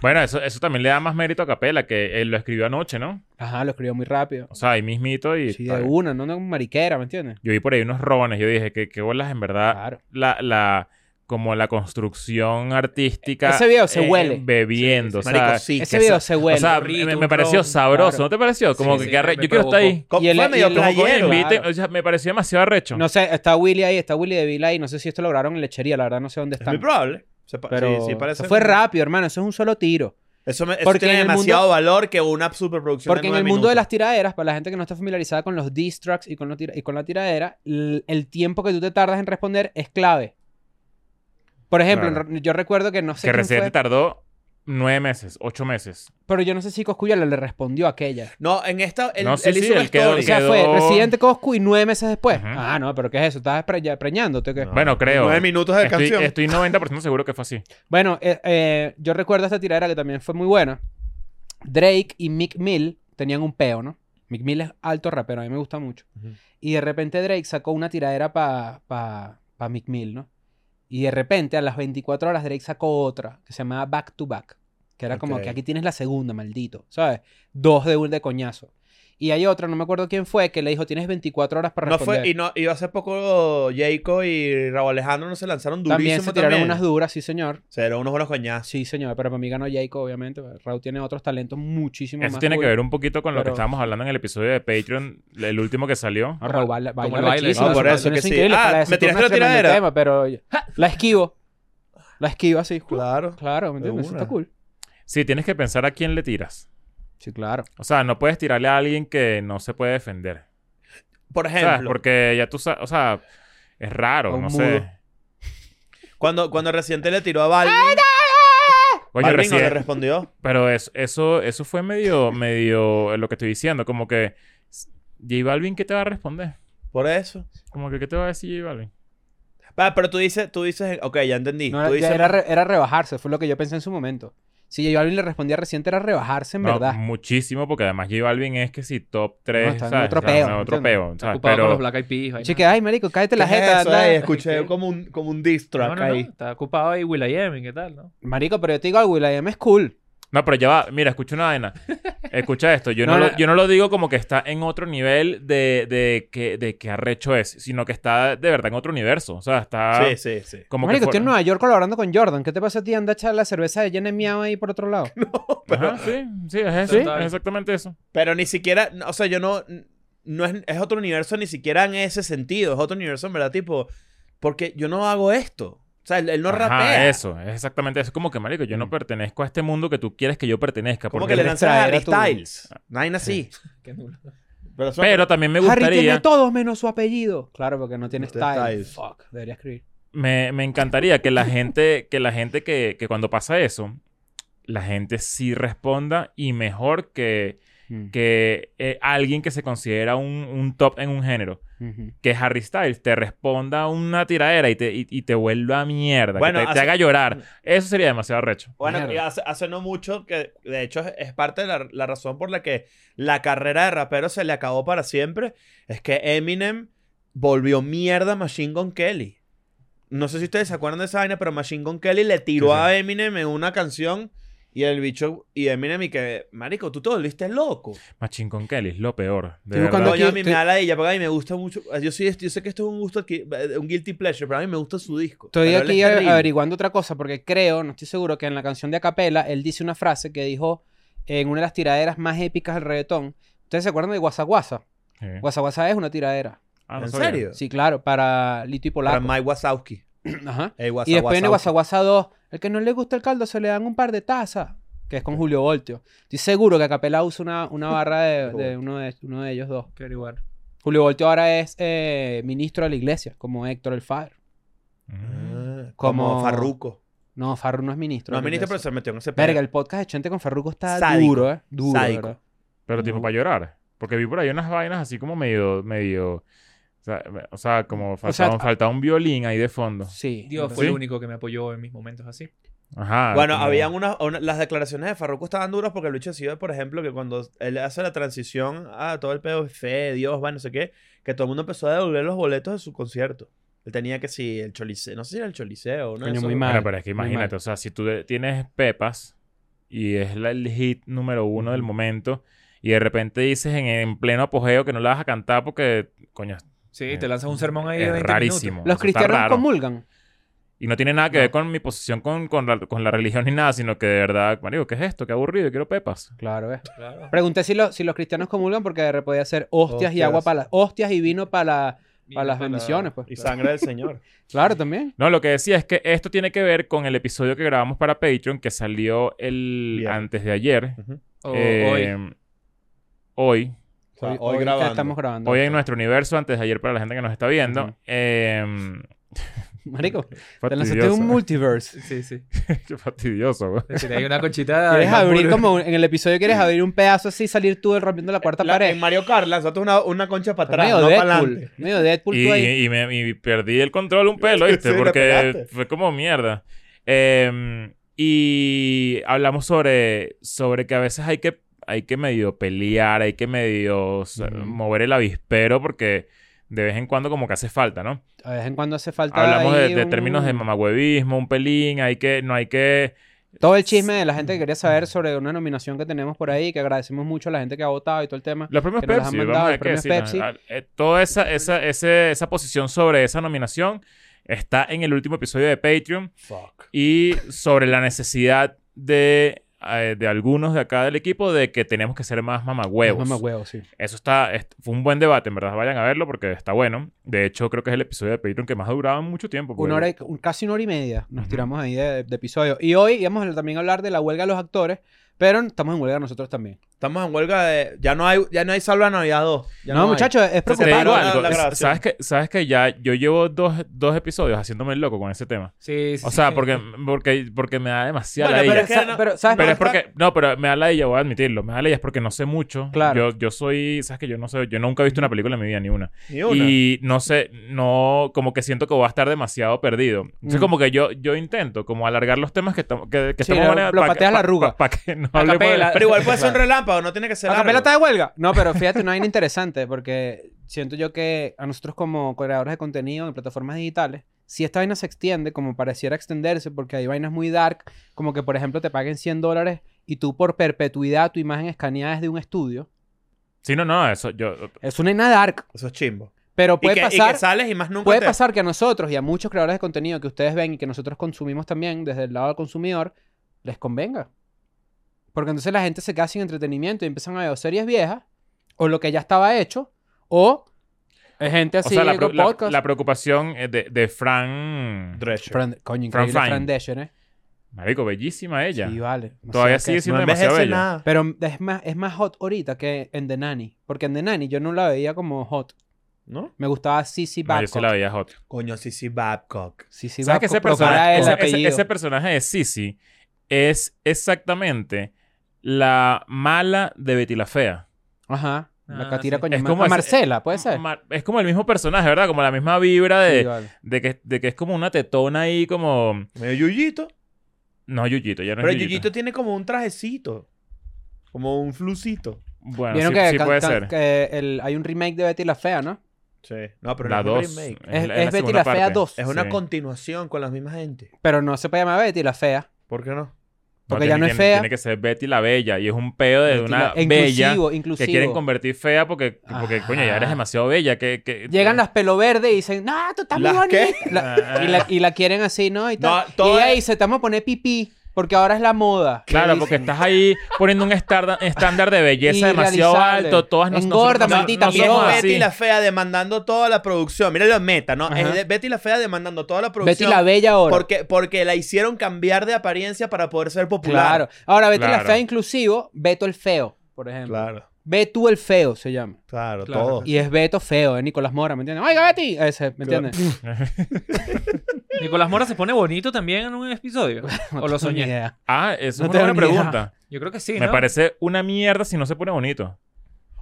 B: bueno, eso, eso también le da más mérito a Capela, que él lo escribió anoche, ¿no?
C: Ajá, lo escribió muy rápido.
B: O sea, ahí mismito y...
C: Sí, de una, no una mariquera, ¿me entiendes?
B: Yo vi por ahí unos rones, yo dije, que qué bolas en verdad?
C: Claro.
B: La, la, como la construcción artística...
C: Ese video se huele.
B: Bebiendo, o sea...
D: Marico, sí.
C: Ese
D: que
C: video
D: sa-
C: se huele.
B: o sea,
A: rito,
B: me, me
A: un
B: pareció
A: ron,
B: sabroso,
A: claro.
B: ¿no te pareció? Como
A: Sí,
B: que
A: sí,
B: qué arre-
A: me
B: yo quiero estar
A: provocó.
B: ahí.
D: co-
C: y el-
D: fue medio
C: y el- como
B: Como que
D: playero.
B: me inviten-
C: claro.
B: o sea, me pareció demasiado arrecho.
C: no sé, está Willy ahí, está Willy de Vila ahí. No sé si esto lograron en lechería, la verdad no sé dónde
D: Es muy
C: están.
D: probable. Se pa-
C: Pero
D: sí, sí, parece-
C: eso fue rápido, hermano. Eso es un solo tiro.
D: Eso, me- eso
C: Porque
D: tiene
C: en el mundo-
D: demasiado valor que una superproducción.
C: Porque en el mundo de las tiraderas, para la gente que no está familiarizada con los diss tracks y con, los tira- y con la tiradera, l- el tiempo que tú te tardas en responder es clave. Por ejemplo,
B: Claro.
C: en- yo recuerdo que no sé
B: que
C: quién
B: Residente
C: fue,
B: tardó nueve meses, ocho meses.
C: pero yo no sé si Coscuyuela le respondió a aquella.
D: No, en esta. El,
B: No, sí,
D: él
B: sí,
D: hizo una
B: él quedó-
D: story.
C: O sea,
B: quedó-
C: fue Residente Coscu y nueve meses después.
B: Ujú.
C: Ah, no, pero ¿qué es eso? ¿Estabas pre- ya preñándote? o qué?
D: No,
B: Bueno, creo.
D: Nueve minutos de
B: Estoy,
D: canción.
B: estoy 90% seguro que fue así.
C: Bueno, eh, eh, yo recuerdo esta tiradera que también fue muy buena. Drake y Mick Mill tenían un peo, ¿no? Mick Mill es alto rapero, a mí me gusta mucho.
D: Ujú.
C: Y de repente Drake sacó una tiradera para pa, pa Mick Mill, ¿no? Y de repente a las 24 horas Drake sacó otra que se llamaba Back to Back, que era como
D: Ok.
C: que aquí tienes la segunda, maldito, ¿sabes? Dos de un de coñazo. Y hay otra, no me acuerdo quién fue, que le dijo, tienes 24 horas para
D: No
C: responder.
D: fue, y, no, y hace poco Jaco y Raúl Alejandro no se lanzaron durísimo
C: también
D: también.
C: se tiraron unas duras, sí, señor.
D: Se dieron unos buenos coñazos.
C: Sí, señor, pero para mí ganó Jacob, obviamente. Raúl tiene otros talentos muchísimo
B: Eso
C: más.
B: tiene que
C: cool.
B: ver un poquito con lo que
C: Pero-
B: estábamos hablando en el episodio de Patreon, el último que salió.
C: No, Raúl baila,
A: Como
C: baila
A: el baile,
C: rechísimo,
A: ¿no?
C: su
A: Por
D: eso
C: canción
D: que
C: es
D: sí.
C: increíble,
D: Ah,
C: para
D: me
C: ese
D: tiraste
C: turno es
D: la
C: tremendo
D: tiradera.
C: tema, pero yo- la esquivo. La esquivo así.
D: Claro.
C: Claro, ¿me entiendes? Eso
D: una.
C: está cool.
B: Sí, tienes que pensar a quién le tiras.
C: Sí, claro.
B: O sea, no puedes tirarle a alguien que no se puede defender.
D: Por
B: ¿Sabes?
D: ejemplo,
B: Porque ya tú sabes, o sea, es
C: A
B: raro,
C: un
B: no
C: mudo.
B: sé.
D: cuando, cuando reciente le tiró a Balvin,
B: Coño,
D: Balvin no le
B: recién-
D: respondió.
B: Pero es- eso, eso fue medio, medio eh, lo que estoy diciendo. Como que J Balvin, ¿qué te va a responder?
D: Por eso.
B: Como que, ¿qué te va a decir J Balvin?
D: Ah, pero tú dices, tú dices, ok, ya entendí.
C: No,
D: tú
C: era,
D: dices,
C: era, re- era rebajarse, fue lo que yo pensé en su momento. Si yo a alguien le respondía reciente era rebajarse, en
B: No,
C: verdad.
B: Muchísimo, porque además J Balvin es que si top 3,
C: No, está en
B: ¿sabes?
C: otro
B: O sea,
C: peo,
B: no, otro
C: ¿entiendes?
B: peo, ¿sabes?
A: ocupado con los
B: Pero
A: Black Eyed Peas. vaina.
C: Chique, ay, marico, cállate la
D: ¿qué es
C: jeta.
D: eso,
C: anda".
D: ey? escuché como un, como un diss
A: No,
D: track
A: no, no,
D: ahí.
A: Está ocupado ahí Will I Am y qué tal, ¿no?
C: Marico, pero yo te digo algo, la es cool.
B: No, pero ya va. Mira, escucha una vaina. Escucha esto. Yo no,
C: No,
B: lo,
C: no.
B: yo no lo digo como que está en otro nivel de, de, que, de que arrecho es, sino que está de verdad en otro universo. O sea, está
D: Sí, sí, sí.
B: como
C: Marico,
B: que...
C: estoy en
B: fuera-
C: Nueva York colaborando con Jordan. ¿Qué te pasa a ti? Anda a echar la cerveza de Jenny Miao ahí por otro lado.
B: Ajá, sí, sí, es eso.
A: ¿Sí?
B: Es exactamente eso.
D: Pero ni siquiera, o sea, yo no, no es, es otro universo ni siquiera en ese sentido. Es otro universo, en verdad, tipo, porque yo no hago esto. O sea, él, él no
B: Ajá,
D: rapea.
B: eso. Es exactamente eso. Como que, marico, yo no pertenezco a este mundo que tú quieres que yo pertenezca.
D: Como
B: porque
D: Mm. que le
B: él-
D: lanzas a Harry
C: extraer a tu-
D: Styles. Nine así.
A: Qué nulo.
D: Pero, eso-
B: Pero también me
C: Harry tiene
B: gustaría...
C: todo menos su apellido. Claro, porque no tiene
D: No tiene
C: style.
D: style.
C: Fuck, debería escribir.
B: Me, me encantaría que la gente, que la gente que, que cuando pasa eso, la gente sí responda y mejor que...
C: Mm.
B: que eh, alguien que se considera un, un top en un género,
C: Ujú.
B: que Harry Styles te responda una tiradera y te, y, y te vuelva a mierda,
D: Bueno,
B: que te, te
D: hace-
B: haga llorar, eso sería demasiado recho.
D: Bueno,
C: Mierda.
D: y hace, hace no mucho que, de hecho, es- es parte de la, la razón por la que la carrera de rapero se le acabó para siempre. Es que Eminem volvió mierda a Machine Gun Kelly. No sé si ustedes se acuerdan de esa vaina, pero Machine Gun Kelly le tiró
B: Sí, sí.
D: a Eminem en una canción y el bicho y Eminem y que, marico, tú te volviste loco.
B: Machín con Kelly es lo peor. De
C: Estoy
B: verdad.
C: buscando
D: No, yo a
C: aquí-
D: mí
C: te-
D: me da la ella, porque a mí me gusta mucho. Yo, sí, yo sé que esto es un gusto, aquí- un guilty pleasure, pero a mí me gusta su disco.
C: Estoy
D: Pero él
C: aquí
D: es terrible.
C: averiguando otra cosa porque creo, no estoy seguro, que en la canción de Acapela él dice una frase que dijo en una de las tiraderas más épicas del reggaetón. ¿Ustedes se acuerdan de Guasaguasa?
B: Sí.
C: Guasaguasa es una tiradera.
B: Ah, no
D: ¿En
B: sabía.
D: serio?
C: Sí, claro, para Lito y
D: Para
C: Polaco.
D: Mike Wazowski.
C: Ajá.
D: Eh,
C: Y después viene
D: Wazowski.
C: Guasaguasa 2. El que no le gusta el caldo se le dan un par de tazas. Que es con Julio Voltio. Estoy seguro que Acapela usa una, una barra de, de uno de uno de ellos dos.
A: Qué averiguar.
C: Julio Voltio ahora es eh, ministro de la iglesia, como Héctor el Far.
B: Mm.
D: Ah, como,
C: Como-
D: Farruco.
C: No, Farru no es ministro.
D: No,
C: de la
D: ministro, pero
C: iglesia.
D: se metió en ese
C: Verga,
D: peo.
C: el podcast de Chente con Farruco está
D: Sádico.
C: duro, ¿eh? Duro,
D: Sádico.
C: ¿verdad?
B: Pero tipo para llorar. Porque vi por ahí unas vainas así como medio, medio... O sea, me- o sea, como faltaba,
C: sea,
B: faltaba un violín ahí de fondo.
C: Sí.
A: Dios
C: ¿verdad?
A: fue el
B: ¿Sí?
A: único que me apoyó en mis momentos así.
B: Ajá.
D: Bueno,
B: como-
D: habían unas... una- las declaraciones de Farruco estaban duras porque el bicho decidió, por ejemplo, que cuando él hace la transición a todo el pedo de fe, Dios, va, no sé qué, que todo el mundo empezó a devolver los boletos de su concierto. Él tenía que si el choliceo, no sé si era el choliceo, ¿no?
C: Coño, muy mal.
B: Bueno, pero es que
C: muy
B: imagínate,
C: mal.
B: o sea, si tú de- tienes Pepas y es la- el hit número uno del momento y de repente dices en, en pleno apogeo que no la vas a cantar porque, coño,
A: Sí,
B: Eh,
A: te lanzas un sermón ahí de
B: es
A: 20
B: rarísimo.
A: minutos.
B: eso
C: Los
B: está
C: cristianos
B: raro.
C: comulgan.
B: Y no tiene nada que ver con mi posición con, con la, con la religión ni nada, sino que de verdad, marico, ¿qué es esto? Qué aburrido, quiero Pepas.
C: Claro, ¿ves?
A: Claro.
C: Pregunté si, lo- si los cristianos comulgan porque de repente podía hacer hostias y
D: Hostias.
C: agua para las hostias y vino para la-
A: Mira
C: para las
A: para-
C: bendiciones, pues.
D: Y sangre del señor.
C: Claro, también.
B: No, lo que decía es que esto tiene que ver con el episodio que grabamos para Patreon que salió el
D: Bien.
B: antes de ayer.
A: O-
B: Eh,
A: hoy.
B: hoy,
D: O sea, hoy, grabando.
C: estamos grabando.
B: Hoy en nuestro universo, antes de ayer para la gente que nos está viendo.
C: Ujú.
B: eh,
C: Marico,
B: fue
C: te lanzaste un
B: fastidioso.
C: multiverse.
A: Sí, sí.
B: Qué fastidioso, güey.
A: Es decir, hay una conchita. de
C: Quieres abrir
A: hamburger.
C: como un- en el episodio quieres abrir un pedazo así y salir tú rompiendo la cuarta
D: La- en
C: pared.
D: Mario Kart lanzaste una, una concha para atrás,
C: medio
D: no para
C: Deadpool.
D: adelante.
C: Medio Deadpool tú ahí.
B: Y, y me, y perdí el control un pelo, ¿viste?
D: Sí, le
B: Porque
D: pegaste.
B: fue como mierda. Eh, y hablamos sobre, sobre que a veces hay que, hay que medio pelear, hay que medio o sea,
C: Ujú.
B: mover el avispero porque de vez en cuando como que hace falta, ¿no?
C: De vez en cuando hace falta.
B: Hablamos de,
C: ahí
B: de
C: un-
B: términos de mamagüevismo, un pelín, hay que, no hay que
C: Todo el chisme de la gente que quería saber sobre una nominación que tenemos por ahí, que agradecemos mucho a la gente que ha votado y todo el tema.
B: Los premios
C: que nos las han
B: Pepsi,
C: mandado,
B: vamos a ver
C: los
B: qué
C: premios
B: decir. ¿no?
C: Pepsi.
B: Al- eh, Toda esa, esa, ese- esa posición sobre esa nominación está en el último episodio de Patreon
D: Fuck.
B: y sobre la necesidad de, eh, de algunos de acá del equipo de que tenemos que ser más mamagüevos.
C: Mamá huevos, sí.
B: Eso está, es- fue un buen debate, en verdad. Vayan a verlo porque está bueno. De hecho, creo que es el episodio de Patreon que más ha durado en mucho tiempo. pues. porque-
C: Una hora y- un- casi una hora y media nos
B: Ujú.
C: tiramos ahí de, de episodio. Y hoy íbamos a también hablar de la huelga de los actores, pero estamos en huelga nosotros también.
D: Estamos en huelga de. Ya no hay, ya no hay salva a Navidad 2. Ya
C: no,
D: hay.
C: muchachos, es
B: Te
D: Se
B: digo
C: preocupante.
D: paró la-
B: algo,
D: la
B: es-
D: grabación.
B: ¿sabes, que, sabes que ya yo llevo dos, dos episodios haciéndome el loco con ese tema.
A: Sí, sí,
B: O
A: sí.
B: sea, porque, porque, porque me da demasiada
D: Bueno,
B: ladilla.
D: pero es que
C: Sa-
D: no-
C: pero, ¿sabes?
B: Pero es
D: Pero
B: porque, no, pero me da la ella, voy a admitirlo. Me da la ella es porque no sé mucho.
C: Claro. Mm.
B: Yo, yo soy, sabes que yo no sé, yo nunca he visto una película en mi vida, ni una.
D: Ni una.
B: Y no sé, no, como que siento que voy a estar demasiado perdido. Entonces,
C: Mm.
B: como que yo, yo intento, como alargar los temas que, estamos que, que
C: Sí,
B: estamos
C: lo-
B: manejando
C: lo
B: pa-
C: pateas la
B: pa-
C: arruga.
B: pa- pa' que no
A: A
B: hablemos de-
A: capela.
D: Pero igual puede ser un relámpago, no tiene que ser.
C: ¿La
D: largo.
C: capela está de huelga? No, pero fíjate, una vaina interesante, porque siento yo que a nosotros como creadores de contenido en plataformas digitales, si esta vaina se extiende, como pareciera extenderse, porque hay vainas muy dark, como que por ejemplo te paguen 100 dólares y tú por perpetuidad tu imagen escaneada es de un estudio.
B: Sí, no, no, eso yo.
C: Es una vaina dark,
D: Eso es chimbo.
C: pero
D: Y
C: puede
D: que, y
C: pasar...
D: que sales y más nunca.
C: Puede
D: te-
C: pasar que a nosotros y a muchos creadores de contenido que ustedes ven y que nosotros consumimos también desde el lado del consumidor, les convenga. Porque entonces la gente se queda sin entretenimiento y empiezan a ver o series viejas o lo que ya estaba hecho o eh, gente
B: O
C: así
B: sea, la, pre-
C: con
B: la-
C: podcast.
B: la preocupación eh, de, de Fran.
D: Drescher.
C: Fran- coño,
B: Fran
C: increíble
B: Fine.
C: Fran Drescher, ¿eh?
B: Marico, bellísima ella.
C: Sí, vale. No sé
B: Todavía
C: qué
B: sigue
C: es.
B: siendo
D: no
B: demasiado
D: envejece
B: bella.
D: nada.
C: Pero es más, es más hot ahorita que en The Nanny. Porque en The Nanny yo no la veía como hot.
D: ¿No?
C: Me gustaba Sissy
B: No, yo sí
C: Babcock.
B: la veía hot.
D: Coño, sí, sí, Babcock.
C: Sissy
B: ¿Sabes que ese
C: Babcock, lo cual
B: personaje,
C: era el
B: ese- ese-
C: apellido.
B: ese personaje de Sissy es exactamente la mala de Betty la Fea?
C: Ajá. La
A: Ah,
C: catira
A: sí. Ah,
C: con
B: Es como ese-
C: Marcela, puede ser.
B: Ma- Es como el mismo personaje, ¿verdad? Como la misma vibra
C: Sí,
B: de,
C: vale.
B: de, que, de que es como una tetona ahí como...
D: Medio Yuyito.
B: No, Yuyito, ya no
D: Pero
B: es
D: Yuyito tiene como un trajecito. Como un flucito.
B: Bueno,
C: Vieron
B: sí,
C: que,
B: sí
C: can-
B: puede
C: can-
B: ser.
C: que el- hay un remake de Betty la Fea, ¿no?
D: Sí. No, pero
B: La
D: no es
B: 2.
D: un remake.
C: Es, es Betty la Fea 2.
D: Es una
B: Sí.
D: continuación con la misma gente.
C: Pero no se puede llamar Betty la Fea.
D: ¿Por qué no?
C: porque ya no es fea.
B: Tiene que ser Betty la Bella. Y es un pedo de
C: Betty
B: una
C: la- e
B: bella
C: Inclusivo, inclusivo.
B: que quieren convertir fea porque, porque
C: Ajá.
B: coño, ya eres demasiado bella. Que, que- eh,
C: Llegan las pelo verde y dicen, no, tú estás muy
D: ¿Las
C: bonita.
D: qué?
C: La- y, la, y la quieren así, ¿no? Y, tal.
D: No, todo
C: y ella
D: es-
C: dice, estamos a poner pipí, porque ahora es la moda. Le
B: Claro,
C: dicen.
B: porque estás ahí poniendo un estarda- estándar de belleza demasiado
C: Irrealizable.
B: alto. Todas nos,
C: Engorda,
B: nosotros-
C: maldita
B: no
D: Y es
B: somos
C: piroga.
B: así.
D: Betty la Fea demandando toda la producción. Mira la meta, ¿no?
C: Ajá.
D: Es de- Betty la Fea demandando toda la
C: Betty
D: producción.
C: la Bella ahora.
D: Porque, porque la hicieron cambiar de apariencia para poder ser
C: Claro.
D: popular.
C: Ahora, Betty la
B: Claro.
C: Fea inclusivo, Beto el Feo, por ejemplo.
D: claro,
C: Beto el Feo se llama.
D: claro,
A: Claro.
D: todo.
C: Y es Beto Feo, de Nicolás Mora, ¿me entiendes? Oiga, Betty. Ese, ¿me
D: Claro.
C: entiendes?
A: Nicolás Mora se pone bonito también en un episodio.
C: No tengo
A: o lo
C: ni
A: soñé.
C: idea.
B: Ah, eso
C: No
B: es una buena
C: tengo ni idea.
B: pregunta.
A: Yo creo que sí.
B: Me
A: ¿no?
B: parece una mierda si no se pone bonito.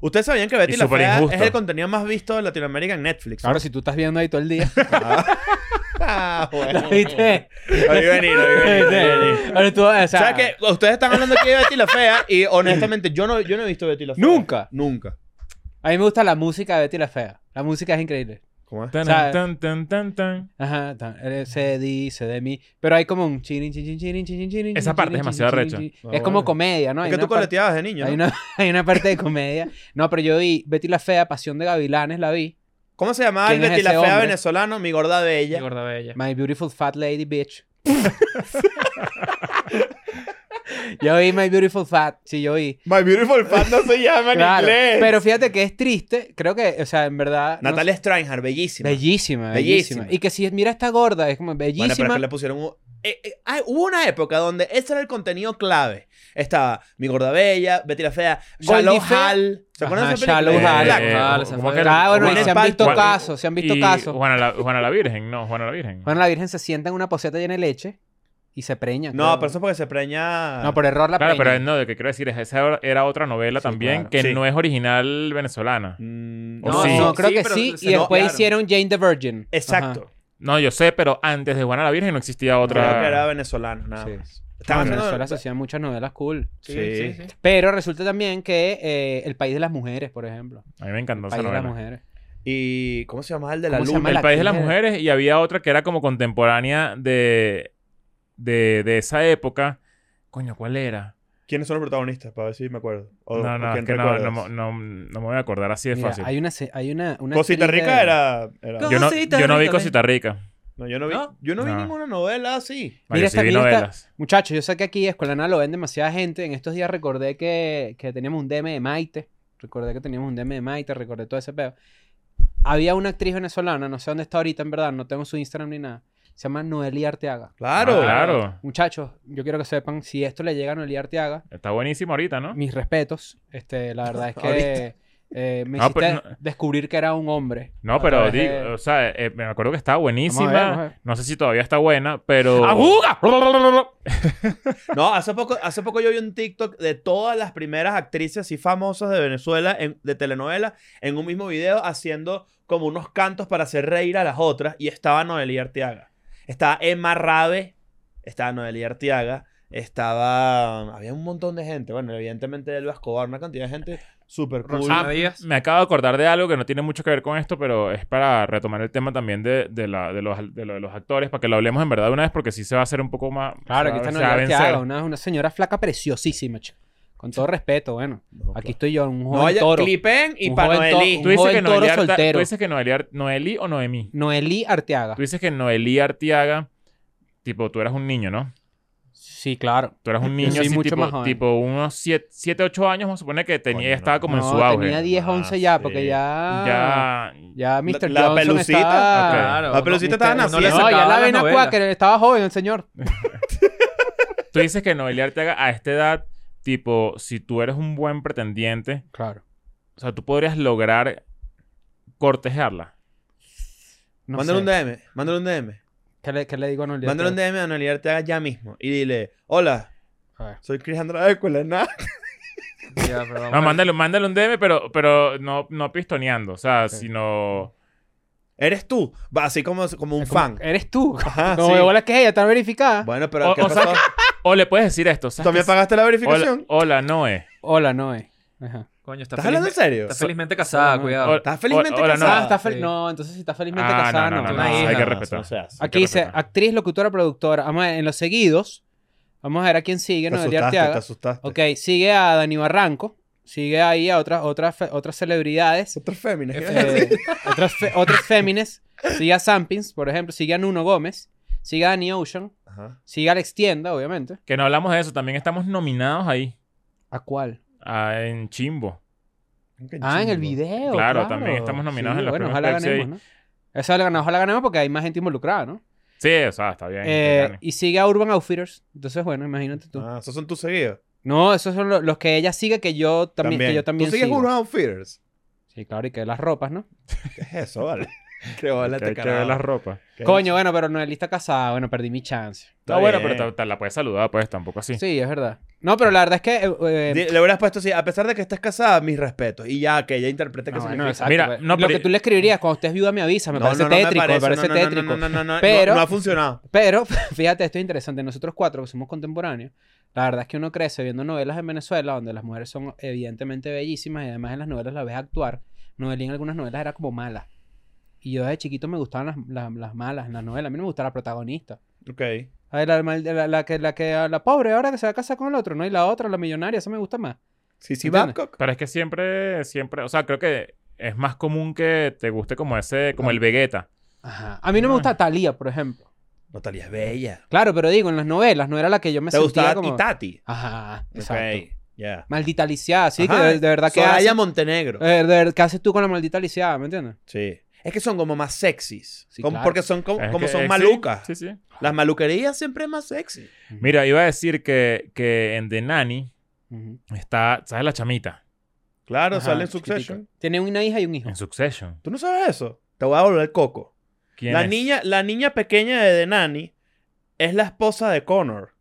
D: Ustedes sabían que Betty
B: Y
D: la
B: súper
D: Fea
B: injusto.
D: es el contenido más visto de Latinoamérica en Netflix.
C: Claro, si tú estás viendo ahí todo el día.
D: Ah, bueno.
C: ¿Viste?
D: Lo vi venir, lo vi venir, lo vi venir.
C: Ahora tú, o sea,
D: ¿Sabes qué? Ustedes están hablando aquí de Betty la Fea y honestamente yo no, yo no he visto Betty la Fea.
C: Nunca.
D: Nunca.
C: A mí me gusta la música de Betty la Fea. La música es increíble.
D: ¿Cómo es?
B: Tan,
C: sea,
B: tan, tan, tan, tan.
C: Ajá, tan- eh, se dice de mí. Pero hay como un chirin, chirin, chirin, chirin, chirin,
B: Esa
C: chirin,
B: parte
C: chirin,
B: es demasiado
C: chirin,
B: arrecha.
C: chirin.
D: Ah,
C: Es como
D: bueno.
C: comedia, ¿no?
D: es
C: Hay
D: que
C: una
D: tú
C: par-
D: coleteabas de niño.
C: hay,
D: ¿no?
C: una, hay una parte de comedia. No, pero yo vi Betty la Fea, Pasión de Gavilanes, la vi.
D: ¿Cómo se llamaba el
C: ¿Quién es
D: Betty la
C: ese
D: Fea
C: hombre?
D: venezolano? Mi gorda
A: Mi
D: bella.
A: gorda bella.
C: My Beautiful Fat Lady Bitch. yo vi My Beautiful Fat, sí, yo vi.
D: My Beautiful Fat no se llama en
C: Claro,
D: inglés.
C: pero fíjate que es triste. Creo que, o sea, en verdad. no
D: Natalia Streinhardt, bellísima.
C: Bellísima,
D: Bellísima.
C: bellísima. Y que si mira está gorda, es como
D: Bueno, pero es
C: bellísima.
D: que le pusieron un- eh, eh, ah, hubo una época donde ese era el contenido clave. Estaba Mi Gorda Bella, Betty la Fea,
C: Goldie
D: Shallow
C: Fea.
D: Hall. ¿Se acuerdan de
C: Ajá,
D: esa película?
C: Shallow Hall.
D: Black.
A: Eh, Claro,
B: ¿cómo
A: se fue.
B: es que-
C: Ah, bueno,
D: Juan
C: y se han
D: Espanto.
C: visto
D: Juan-
C: casos, se han visto
B: y
C: casos.
B: Juana la, Juana la Virgen, no, Juana la Virgen.
C: Juana la Virgen se sienta en una poseta llena de leche y se preña.
D: No,
C: creo.
D: pero eso es porque se preña.
C: No, por error la
B: claro, pero
C: preña.
B: no, lo que quiero decir es esa era otra novela
C: Sí,
B: también
C: claro.
B: que
D: Sí.
B: no es original venezolana.
D: Mm,
B: O
C: No,
B: sí.
C: no, creo
A: Sí,
C: que
A: pero
C: sí.
A: se
C: Y
A: lo
C: después
A: copiaron.
C: hicieron Jane the Virgin.
D: Exacto.
B: No, yo sé, pero antes de Juana la Virgen no existía otra.
D: Creo que era venezolano, nada
C: Sí.
D: más.
C: Ajá.
D: Estaban
C: En
D: haciendo-
C: Venezuela se hacían muchas novelas cool.
A: Sí, sí,
D: Sí.
A: sí.
C: Pero resulta también que eh, El País de las Mujeres, por ejemplo.
B: A mí me encantó
C: El
B: esa
C: País de las
B: novela.
C: Mujeres.
D: ¿Y cómo se llama el de la
C: ¿Cómo se
D: luna?
C: llama
B: El
C: La
B: País de las
C: Quimera.
B: Mujeres y había otra que era como contemporánea de, de, de esa época Coño, ¿cuál era?
D: ¿Quiénes son los protagonistas? Para ver si me acuerdo. O-
B: no,
D: o
B: no,
D: quién
B: es que no, no,
D: recuerdas.
B: me- no- no me voy a acordar así de
C: Mira,
B: fácil.
C: hay una, se- hay una, una
D: Cosita
C: serie
D: Rica
C: de-
D: era. era-
A: No.
B: Yo no,
A: Cosita
B: yo no vi
C: ¿eh?
A: Rica, ven.
B: Cosita Rica.
D: No, yo no vi,
A: ¿No?
D: Yo no vi
B: No.
D: ninguna novela así.
B: Vale,
C: Mira,
B: sí
C: esta
B: vi
C: lista-
B: novelas.
C: Muchachos, yo sé que aquí Escuela Nada lo ven demasiada gente. En estos días recordé que, que teníamos un DM de Maite. Recordé que teníamos un DM de Maite, recordé todo ese pedo. Había una actriz venezolana, no sé dónde está ahorita en verdad, no tengo su Instagram ni nada. Se llama Noelia Arteaga.
D: Claro.
B: Ah, claro.
C: Muchachos, yo quiero que sepan, si esto le llega a Noelia Arteaga,
B: Está buenísimo ahorita, ¿no?
C: mis respetos. Este, la verdad es que
D: Ahorita.
C: eh, me
B: No,
C: hiciste
B: pero no-
C: descubrir que era un hombre.
B: No,
C: a
B: pero
C: través de-
B: digo, o sea, eh, me acuerdo que estaba buenísima.
C: Vamos a ver, vamos a ver.
B: No sé si todavía está buena, pero.
E: Ah,
F: Oh.
E: ¡Ajuga!
D: No, hace poco, hace poco yo vi un TikTok de todas las primeras actrices así famosas de Venezuela, en- de telenovelas, en un mismo video haciendo como unos cantos para hacer reír a las otras. Y estaba Noelia Arteaga. Estaba Emma Rabe, estaba Noelia Arteaga, estaba... Había un montón de gente. Bueno, evidentemente Elba Escobar, una cantidad de gente súper cool.
A: Rosana Díaz.
B: Me acabo de acordar de algo que no tiene mucho que ver con esto, pero es para retomar el tema también de, de la- de los, de lo de los actores, para que lo hablemos en verdad de una vez, porque sí se va a hacer un poco más.
C: Claro,
B: se
C: aquí
B: va-
C: está
B: se va a
C: Noelia
B: vencer.
C: Arteaga, una, una señora flaca preciosísima, chico. Con todo respeto, bueno.
D: No,
C: Aquí
D: claro.
C: estoy yo, un joven
D: No, vaya,
C: toro.
D: clipen y
C: Un
D: para
C: joven to-
D: Noelí.
B: Tú dices,
C: joven
B: que
C: toro
B: Noelia Arta-
C: soltero.
B: tú dices que Noelia Ar- Noeli o Noemí.
C: Noelí Arteaga.
B: Tú dices que Noelí Artiaga, tipo, tú eras un niño, ¿no?
C: Sí, claro.
B: Tú eras un
C: Yo
B: niño
C: soy
B: así,
C: mucho
B: tipo,
C: más joven.
B: tipo unos 7, 8 años, vamos a suponer que tenía,
D: Coño,
B: ya estaba
D: no.
B: como en
C: No,
B: su auge.
C: tenía 10,
D: Ah,
C: 11 ya,
D: sí.
C: porque ya...
B: Ya.
C: Ya Mr.
D: La- la
C: Johnson
D: pelucita.
C: estaba-
B: Ah,
A: Claro.
D: la pelucita
A: no-
D: estaba
A: no le
D: naciendo.
C: No, ya
A: sacaba
C: la vena
A: novela.
C: Quaker, estaba joven el señor.
B: Tú dices que Noelia Arteaga a esta edad, tipo, si tú eres un buen pretendiente,
C: Claro.
B: o sea, tú podrías lograr cortejarla.
C: No
D: mándale
C: sé.
D: un DM, mándale un DM.
C: ¿Qué le, qué le digo a Noelia?
D: Mándale un DM a Noelia Arteaga ya mismo y dile, hola,
C: A ver.
D: soy Cris Andrade de Escuela de Nada.
A: Ya, pero
D: Ah,
A: vamos
B: No,
A: a-
B: mándale, mándale un DM, pero, pero no, no pistoneando, o sea,
C: Ok.
B: sino...
D: Eres tú, Va, así como, como un
C: Es como-
D: fan.
C: Eres tú.
D: Ajá,
C: Como
D: Ah, sí.
C: de bola que es ella, está verificada.
D: Bueno,
B: O-
D: pero ¿qué
B: o sea
D: pasó?
B: O le puedes decir esto, ¿sabes?
D: ¿Tú me
B: qué?
D: pagaste la
B: Hola,
D: verificación?
B: hola, Noe.
C: Hola, Noé. Ajá.
A: Coño, está
D: ¿Estás hablando en
A: felizme-
D: serio?
A: Está felizmente casada,
C: no.
A: cuidado.
B: Hola-
D: ¿Estás felizmente
B: hola, Noe.
C: Ah,
D: casada?
C: está fel-
A: sí.
C: No, entonces si está felizmente
B: Ah, no,
C: casada,
B: no, no,
A: no, hay
B: hay
A: hija.
B: que
D: No,
B: respetar.
D: eso se hace.
C: Aquí
B: que
C: dice
B: respetar.
C: actriz, locutora, productora. Vamos a ver, en los seguidos. Vamos a ver a quién sigue,
D: Te
C: Noelia
D: asustaste, te
C: Arteaga.
D: asustaste.
C: Ok, sigue a Dani Barranco. Sigue ahí a otras, otras, fe- otras celebridades.
D: Otras féminas.
C: eh, otras, fe- otras fémines. Sigue a Sampins, por ejemplo. Sigue a Nuno Gómez. Sigue a Danny Ocean.
D: Ajá.
C: Sigue a Alex Tienda, obviamente.
B: Que no hablamos de eso, también estamos nominados ahí,
C: ¿A cuál?
B: a- en Chimbo.
D: Qué
C: Ah, en el
D: chingo.
C: video.
B: Claro, también estamos nominados en los
C: Bueno,
B: premios
C: ojalá
B: Pepsi.
C: ganemos, ¿no? Eso, ojalá ojalá ganemos porque hay más gente involucrada, ¿no?
B: Sí, o sea, está bien.
C: Eh,
B: que gane.
C: y sigue a Urban Outfitters. Entonces, bueno, imagínate tú.
D: Ah, esos son tus seguidos.
C: No, esos son lo- los que ella sigue que yo también, que yo también
D: ¿Tú sigues
C: sigo.
D: unos outfitters?
C: Sí, claro, y que las ropas, ¿no?
D: ¿Qué es eso, vale? Qué bola
B: Que
D: te
B: hay que ver las ropas.
C: Coño, bueno, pero Noelí está casada, bueno, perdí mi chance.
B: No, bueno, pero te, te la puedes saludar, pues, tampoco así.
C: Sí, es verdad. No, pero la verdad es que eh, eh,
D: Le hubieras puesto así, a pesar de que estás casada, mis respetos. Y ya, que ella interprete que
C: no, bueno,
D: significa.
C: exacto,
B: Mira,
C: pues.
B: no,
C: lo
B: pero-
C: que tú le escribirías cuando estés viuda me avisa, me parece tétrico, me parece
D: no, no, no,
C: tétrico.
D: No, no, no, no,
C: Pero-
D: no, no ha funcionado.
C: Pero, fíjate, esto es interesante. Nosotros cuatro, que somos contemporáneos, la verdad es que uno crece viendo novelas en Venezuela, donde las mujeres son evidentemente bellísimas y además en las novelas la ves actuar. Noelí en algunas novelas era como mala. Y yo desde chiquito me gustaban las, las- las malas en las novelas. A mí no me gustaba la protagonista.
D: Ok.
C: A ver, la, mal- la- la que, la, que, la pobre ahora que se va a casar con el otro, ¿no? Y la otra, la millonaria, esa me gusta más.
D: Sí, sí,
C: ¿Entiendes?
D: Babcock.
B: Pero es que siempre, siempre, o sea, creo que es más común que te guste como ese, como el Vegeta.
C: Ajá. A mí no me
B: Ah.
C: gusta Talía, por ejemplo.
D: Natalia es bella.
C: Claro, pero digo, en las novelas no era la que yo me
D: ¿Te
C: sentía
D: gustaba
C: como...
D: Titati?
C: Ajá, exacto.
D: Ok, ya.
C: Maldita lisiada, sí, que
D: Ajá,
C: de, de verdad que...
D: Soraya
C: hace-
D: Montenegro.
C: Eh, de ver- ¿Qué haces tú con la maldita lisiada? ¿Me entiendes?
D: Sí. Es que son como más sexys.
C: Sí,
D: Como-
C: claro.
D: Porque son como,
B: Es
D: como
B: que-
D: son
B: eh, sí,
D: malucas.
B: Sí, sí.
D: Las maluquerías siempre es más sexy.
B: Mira, iba a decir que, que en The Nanny
C: Ujú.
B: está, ¿sabes la chamita?
D: Claro,
C: Ajá,
D: sale en
C: chiquitica.
D: Succession.
C: Tiene una hija y un hijo.
B: En Succession.
D: ¿Tú no sabes eso? Te voy a volver coco.
B: ¿Quién
D: La
B: es?
D: niña, la niña pequeña de The Nanny es la esposa de Connor.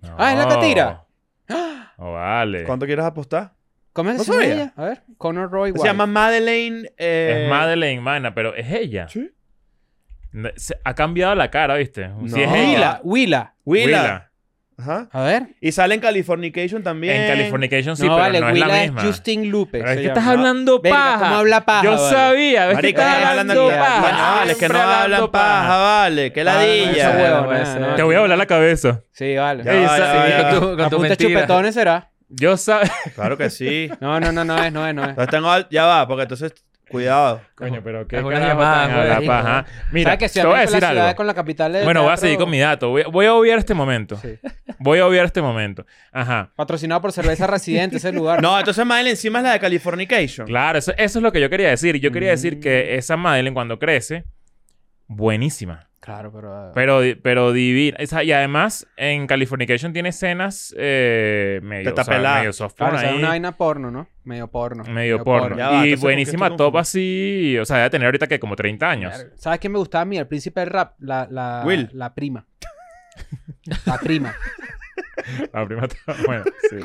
B: No.
C: Ah, es la catira. ¡Ah!
B: Oh, vale.
D: ¿Cuánto quieres apostar?
C: ¿Cómo es que
D: No
C: se llama
D: sabía.
C: ella? A ver, Connor Roy
D: Se
C: White.
D: llama Madeleine. eh,
B: Es Madeleine Mana, pero es ella.
D: ¿Sí?
B: Se- Ha cambiado la cara, ¿viste? Sí,
D: No.
B: es
D: Mila.
B: ella.
C: Willa. Willa.
D: Willa.
B: Willa.
D: Ajá.
C: A ver.
D: Y sale en Californication también.
B: En Californication sí,
C: no,
B: pero
C: vale,
B: no es
C: Willa
B: la
C: es,
B: misma.
C: Justin Lupe.
B: Pero es
C: se
B: que
C: llama.
B: estás hablando
C: Venga,
B: paja.
C: ¿cómo habla paja,
B: Yo
C: vale?
B: sabía, ves que
D: Marico,
B: estás
D: no
B: hablando
D: hablan de-
B: paja.
D: Coño, vale, es que no
B: Siempre
D: hablan
B: hablando
D: paja, vale. Qué ladilla.
C: Ah, esa hueva.
B: Te voy a volar la cabeza.
C: Sí, vale.
D: Ya,
B: Ey,
D: va,
B: esa-
D: ya, va, ya va.
A: con tu, con tu
C: Apunta
A: mentira.
C: chupetones será.
B: Yo sabía.
D: Claro que sí.
C: No, no, no, no es, no es, no es.
D: Entonces tengo al- Ya va, porque entonces... Cuidado.
B: Coño, pero qué
A: Es una
B: carajo
A: llamada,
B: tan
A: güey.
B: habla paja. Mira,
C: ¿Sabes que si
B: te voy a
C: hablas con
B: decir
C: la ciudad
B: algo.
C: con la capital de
B: Bueno, voy a seguir con mi dato. Voy, voy a obviar este momento.
C: Sí.
B: Voy a obviar este momento. Ajá.
C: Patrocinado por Cerveza Residente, ese lugar.
D: No, entonces Madeleine encima es la de Californication.
B: Claro, eso, eso es lo que yo quería decir. Yo quería decir que esa Madeleine cuando crece, buenísima.
C: Claro, pero... eh,
B: Pero, di- pero divina. O sea, y además, en Californication tiene escenas eh, medio,
D: Teta
B: o sea,
D: pelada.
B: medio soft
C: Claro, o sea,
B: ahí,
C: una vaina porno, ¿no? Medio porno.
B: medio porno.
D: Ya va,
B: y
D: entonces, ¿con qué
B: buenísima
D: estoy
B: top así. O sea, debe tener ahorita que como 30 años.
C: Verga. ¿Sabes quién me gustaba a mí? El príncipe del rap. La, la,
D: Will.
C: la prima. La prima.
B: La prima Bueno, sí.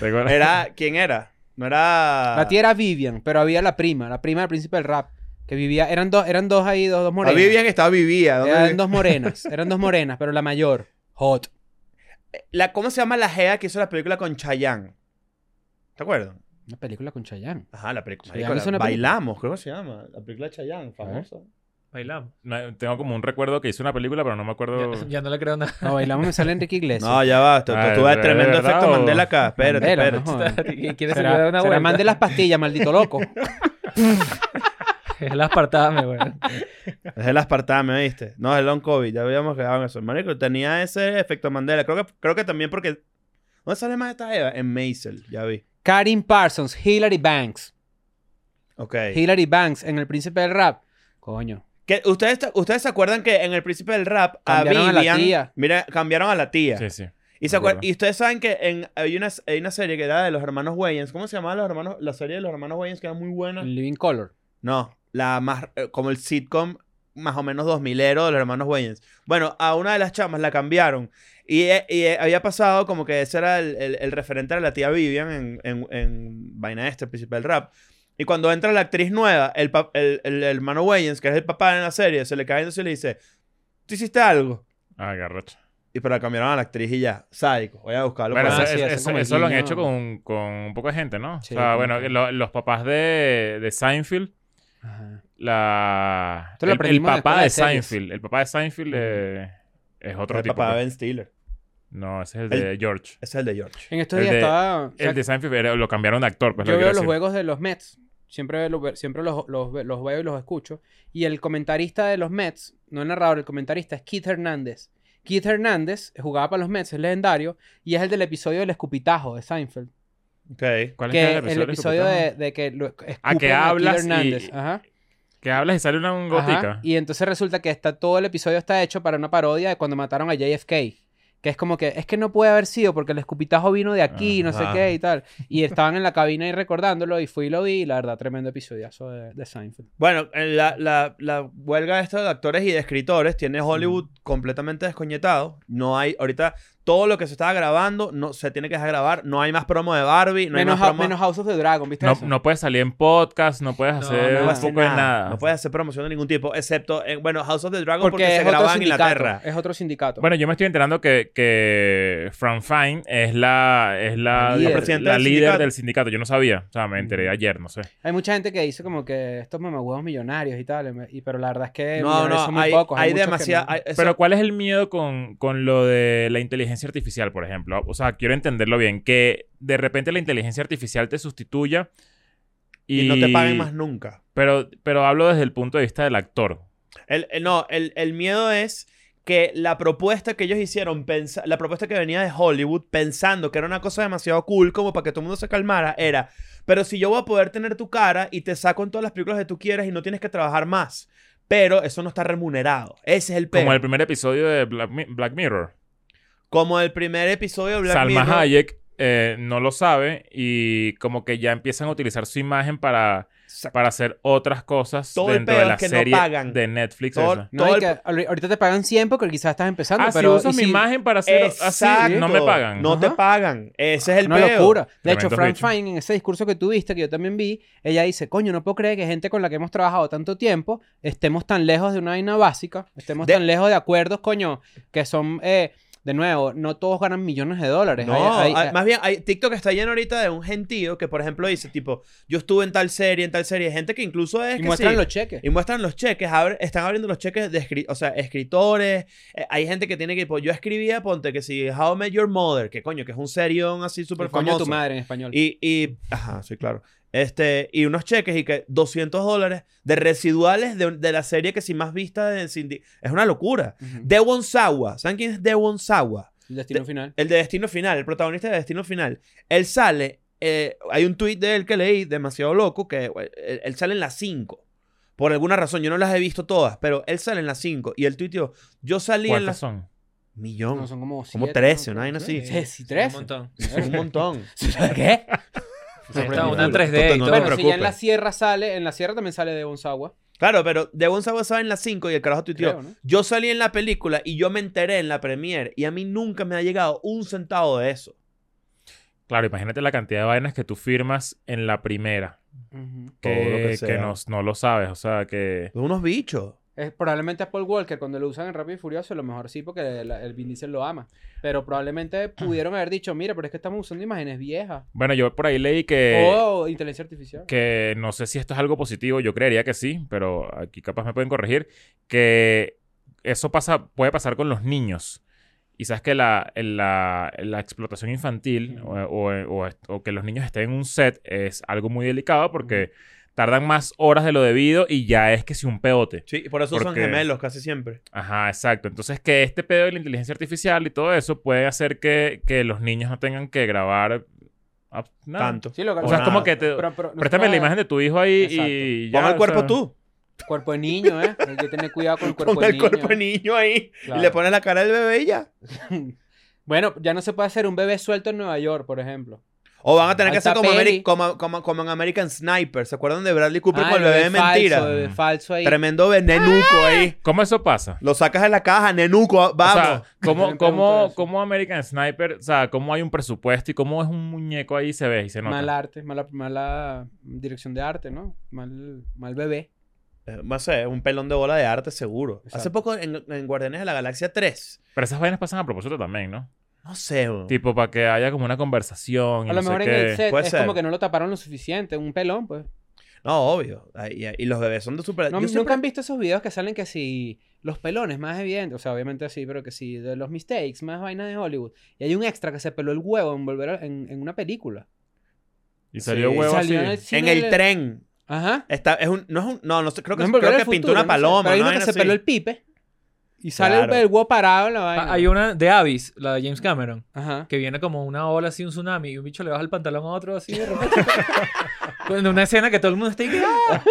B: Tengo la-
D: Era... ¿Quién era? No era...
C: La tía era Vivian, pero había la prima. La prima del príncipe del rap. Que vivía... Eran dos, eran dos ahí, dos, dos
D: La
C: morenas.
D: Ah, Vivian estaba vivía. ¿dónde
C: Eran
D: vive?
C: dos morenas. Eran dos morenas, pero la mayor. Hot.
D: La, ¿Cómo se llama la gea que hizo la película con Chayanne? ¿Te acuerdas?
C: Una película con Chayanne.
D: Ajá, la película.
C: Chayanne
D: marico, la-
C: hizo una película.
D: bailamos, creo que se llama. La película de Chayanne, famosa.
A: Bailamos.
B: no, tengo como un recuerdo que hizo una película, pero no me acuerdo.
A: Ya, ya no le creo nada.
C: No, bailamos me sale Enrique Iglesias.
D: No, ya va. te- te-
B: Ah,
D: Tuve
B: ¿es
D: tremendo
B: verdad
D: efecto
B: o-
D: Mandela acá. Espérate,
C: Mandela, no
D: espérate.
C: joder.
A: ¿Quieres que le dé
C: Será,
A: una
C: será
A: vuelta?
C: mande las pastillas, maldito loco.
A: Es el aspartame, güey.
D: Es el aspartame, ¿viste? No, es el long COVID. Ya habíamos quedado en eso. Marico, tenía ese efecto Mandela. Creo que, creo que también porque... ¿Dónde sale más esta Eva? En Maisel, ya vi.
C: Karin Parsons, Hillary Banks.
D: Ok.
C: Hillary Banks en El Príncipe del Rap. Coño.
D: Que ustedes, ustedes se acuerdan que en el Príncipe del Rap a
C: Cambiaron a la
D: Vivian...
C: tía.
D: Mira, cambiaron a la tía.
B: Sí, sí.
D: Y, se
B: Me acuerdo.
D: acuer- y ustedes saben que en, hay, una, hay una serie que era de los hermanos Wayans. ¿Cómo se llamaba los hermanos, la serie de los hermanos Wayans que era muy buena?
C: Living Color.
D: No, la más eh, como el sitcom más o menos 2000 ero de los hermanos Wayans. Bueno, a una de las chamas la cambiaron. Y, eh, y, eh, había pasado como que ese era el, el- el referente de la tía Vivian en, en, en Vaina Este, el principal rap. Y cuando entra la actriz nueva, el, pa- el, el hermano Wayans, que es el papá en la serie, se le cae entonces y le dice, ¿tú hiciste algo?
B: Ah, garrocha.
D: Y pero la cambiaron a la actriz y ya, sádico, voy a buscarlo.
B: Bueno,
D: por
B: eso,
C: Ah, sí,
B: eso-
C: hacen
B: eso-
C: como el
B: eso lo han
C: guiño.
B: hecho con, con un poco de gente, ¿no?
C: Sí,
B: o sea,
C: con-
B: bueno, lo- los papás de, de Seinfeld,
C: Ajá.
B: la,
C: Esto
B: el,
C: lo
B: el
C: aprendimos en la
B: papá
C: escuela
B: de,
C: de series.
B: Seinfeld, el papá de Seinfeld eh, es otro
D: el
B: tipo.
D: papá de
B: pues.
D: Ben Stiller.
B: No, ese es el de George.
D: Ese es el de George.
C: En estos
B: El
C: días
B: de-
C: estaba. o sea,
B: El de Seinfeld era- lo cambiaron de actor, pues lo
C: yo
B: que quiero
C: veo los
B: decir.
C: juegos de los Mets. Siempre, lo ve- siempre los, los, ve- los veo y los escucho. Y el comentarista de los Mets, no el narrador, el comentarista es Keith Hernández. Keith Hernández jugaba para los Mets, es legendario. Y es el del episodio del escupitajo de Seinfeld.
D: Ok.
C: Que
B: ¿Cuál es que
C: el,
B: es del
C: episodio
B: escupitajo?
C: de, de que lo escupen
B: Ah, que
C: a Keith
B: hablas y-
C: Hernández. Ajá.
B: Que hablas y sale una un
C: Ajá,
B: gotica.
C: Y entonces resulta que está, todo el episodio está hecho para una parodia de cuando mataron a JFK. Que es como que, es que no puede haber sido porque el escupitajo vino de aquí, no sé
D: Ajá.
C: qué y tal. Y estaban en la cabina ahí recordándolo y fui y lo vi. Y la verdad, tremendo episodiazo de, de Seinfeld.
D: Bueno, en la, la, la huelga esta de actores y de escritores tiene Hollywood completamente descoñetado. No hay, ahorita, todo lo que se estaba grabando no se tiene que dejar grabar. No hay más promo de Barbie, no
C: menos,
D: hay más
C: Hou-
D: promo...
C: menos House of the Dragon, ¿viste
B: No,
C: eso?
B: no puedes salir en podcast, no puedes
A: No,
B: hacer
A: no
B: un
D: hace
B: poco de nada.
D: No puedes hacer promoción de ningún tipo, excepto en, bueno, House of the Dragon
C: porque
D: porque, se
C: es otro
D: grababa en
C: sindicato.
D: Inglaterra.
C: Es otro sindicato.
B: Bueno, yo me estoy enterando que, que Fran Fine es la es la,
C: La líder.
B: la
D: presidenta del
B: líder
D: sindicato.
B: del sindicato. Yo no sabía. O sea, me enteré ayer, no sé.
C: Hay mucha gente que dice como que estos mamagüeos millonarios y tal. y- pero la verdad es que
D: No,
C: millonarios son
D: no,
C: Eh, muy
D: hay,
C: pocos.
D: hay
C: muchos que
D: demasiada...
C: no.
D: hay- eso-
B: Pero ¿cuál es el miedo con, con lo de la inteligencia artificial, por ejemplo? O sea, quiero entenderlo bien. Que de repente la inteligencia artificial te sustituya y...
D: y no te paguen más nunca.
B: Pero, pero hablo desde el punto de vista del actor.
D: El, el- no, el, el miedo es que la propuesta que ellos hicieron, pensa- la propuesta que venía de Hollywood pensando que era una cosa demasiado cool como para que todo el mundo se calmara, era, pero si yo voy a poder tener tu cara y te saco en todas las películas que tú quieras y no tienes que trabajar más, pero eso no está remunerado. Ese es el
B: Como
D: peo.
B: el primer episodio de Black, Mi- Black Mirror.
D: Como el primer episodio de Black
B: Salma
D: Mirror.
B: Hayek eh, no lo sabe y como que ya empiezan a utilizar su imagen para,
D: Exacto.
B: para hacer otras cosas
D: Todo el
B: dentro
D: pedo
B: de
D: es
B: la
D: que no
B: serie
D: pagan.
B: de Netflix.
D: Todo-
B: esa.
C: No,
D: todo
C: y
D: el-
C: que ahor- ahorita te pagan 100 porque quizás estás empezando.
B: Ah,
C: pero
B: si usas
C: y
B: mi
C: si-
B: imagen para hacer así, no me
D: Exacto.
B: pagan.
D: No te
C: Ajá.
D: pagan. Ese es el
C: una
D: peo.
C: locura. De hecho,
B: Tremendos
C: Fran
B: bichos.
C: Fine, en ese discurso que tuviste, que yo también vi, ella dice, coño, no puedo creer que gente con la que hemos trabajado tanto tiempo estemos tan lejos de una vaina básica, estemos
D: De-
C: tan lejos de acuerdos, coño, que son eh, de nuevo, no todos ganan millones de dólares.
D: No,
C: Hay- eh, hay-
D: hay- más bien, hay- TikTok está lleno ahorita de un gentío que, por ejemplo, dice, tipo, yo estuve en tal serie, en tal serie. Gente que incluso es
C: y
D: que
C: muestran
D: sí,
C: los cheques.
D: Y muestran los cheques, abre- están abriendo los cheques de escri- o sea, escritores. eh, hay gente que tiene que, tipo, yo escribía, ponte que si How I Met Your Mother, que coño, que es un serión así súper
C: El coño de
D: famoso.
C: tu madre en español.
D: Y, y, ajá, sí, claro. Este, y unos cheques y que 200 dólares de residuales de, de la serie que si más vista de, sin di- es una locura.
C: Ujú.
D: Dewon Sawa, ¿saben quién es Dewon Sawa?
C: El destino final.
D: El de Destino Final, el protagonista de Destino Final. Él sale, eh, hay un tuit de él que leí, demasiado loco, que eh, él, él sale en las 5. Por alguna razón, yo no las he visto todas, pero él sale en las 5. Y el tuiteó, yo salí en
B: ¿Cuántas
D: las...
B: son?
D: Millón.
C: No, son como
D: como
C: siete,
D: 13,
C: ¿no?
D: una vaina así.
C: Sí, sí,
A: Un
C: tres.
A: montón.
D: Un montón.
C: ¿Qué?
A: Ahí está, una
D: Total,
A: 3D y
D: no
A: todo.
D: te
C: bueno, si ya en la
D: preocupes.
C: sierra sale, en la sierra también sale de Bonsagua.
D: Claro, pero de Gonzalo sale en las 5 y el carajo tuiteó,
C: Creo, ¿no?
D: yo salí en la película y yo me enteré en la premiere y a mí nunca me ha llegado un centavo de eso.
B: Claro, imagínate la cantidad de vainas que tú firmas en la primera.
C: Ujú.
D: Todo lo que
B: Que, que
D: sea.
B: no, no lo sabes, o sea, que...
D: Son unos bichos.
C: Es, probablemente a Paul Walker, cuando lo usan en Rápido y Furioso, a lo mejor sí, porque el, el Vin Diesel lo ama. Pero probablemente pudieron haber dicho, mira, pero es que estamos usando imágenes viejas.
B: Bueno, yo por ahí leí que...
C: o inteligencia artificial.
B: que no sé si esto es algo positivo, yo creería que sí, pero aquí capaz me pueden corregir, que eso pasa, puede pasar con los niños. Y sabes que la, en la, en la explotación infantil
C: Ujú.
B: o, o- o est- o que los niños estén en un set es algo muy delicado porque tardan más horas de lo debido y ya es que si un peote.
D: Sí, por eso son
B: Porque-
D: gemelos casi siempre.
B: Ajá, exacto. Entonces que este pedo de la inteligencia artificial y todo eso puede hacer que, que los niños no tengan que grabar ah, nada.
D: Tanto.
C: Sí, lo
B: O sea, es
D: nada.
B: como que te...
C: pero- pero
B: Préstame
C: nosotros-
B: la imagen de tu hijo ahí y
C: Exacto.
B: ya.
D: Pon el
B: o
D: cuerpo
B: sea.
D: tú.
C: Cuerpo de niño, ¿eh? Hay que tener cuidado con el cuerpo
D: Pon
C: de
D: el
C: niño.
D: cuerpo de niño ahí
C: Claro.
D: y le pones la cara del bebé y ya.
C: bueno, ya no se puede hacer un bebé suelto en Nueva York, por ejemplo.
D: O van a tener que
C: Alta
D: hacer como,
C: peli.
D: Ameri- como, como- como en American Sniper. ¿Se acuerdan de Bradley Cooper
C: Ah,
D: con el bebé de mentira?
C: Falso, bebé falso ahí.
D: Tremendo bebé, nenuco ahí.
B: ¿Cómo eso pasa?
D: Lo sacas de la caja, nenuco, vamos.
B: ¡Ah! O sea,
C: Yo
B: ¿cómo,
C: me pregunto
B: cómo,
C: eso.
B: cómo American Sniper, o sea, cómo hay un presupuesto y cómo es un muñeco ahí se ve y se nota?
C: Mal arte, mala, mala dirección de arte, ¿no? Mal, mal bebé.
D: Eh, No sé, un pelón de bola de arte seguro.
C: Exacto.
D: Hace poco en, en Guardianes de la Galaxia 3.
B: Pero esas vainas pasan a propósito también, ¿no?
D: No sé, weón.
B: Tipo, para que haya como una conversación. y
C: A lo
B: no sé
C: mejor en
B: qué.
C: el set
D: Puede
C: es
D: ser.
C: como que no lo taparon lo suficiente, un pelón, pues.
D: No, obvio. Ay, Y, y los bebés son de super...
C: No,
D: Yo
C: nunca
D: siempre-
C: han visto esos videos que salen que si los pelones más evidentes, o sea, obviamente sí, pero que si de los mistakes, más vainas de Hollywood. Y hay un extra que se peló el huevo en volver a- en, en una película.
B: Y salió
D: Sí.
B: huevo
C: Salió en
B: así.
C: el
D: En
C: cine
D: el
C: del-
D: tren.
C: Ajá.
D: Está, es un, no, es un, no, no sé, creo que,
C: No es
D: creo
C: Volver al
D: que pintó
C: Futuro,
D: una
C: no sé,
D: paloma.
C: pero hay uno
D: una
C: que
D: vaina
C: se
D: así. Ah,
C: peló el pipe y sale el-
D: Claro.
C: el huevo parado en la vaina.
A: Ah, hay una de Avis, la de James Cameron,
C: Ajá.
A: que viene como una ola así, un tsunami, y un bicho le baja el pantalón a otro así de repente. Con una escena que todo el mundo está ahí. ¡ah!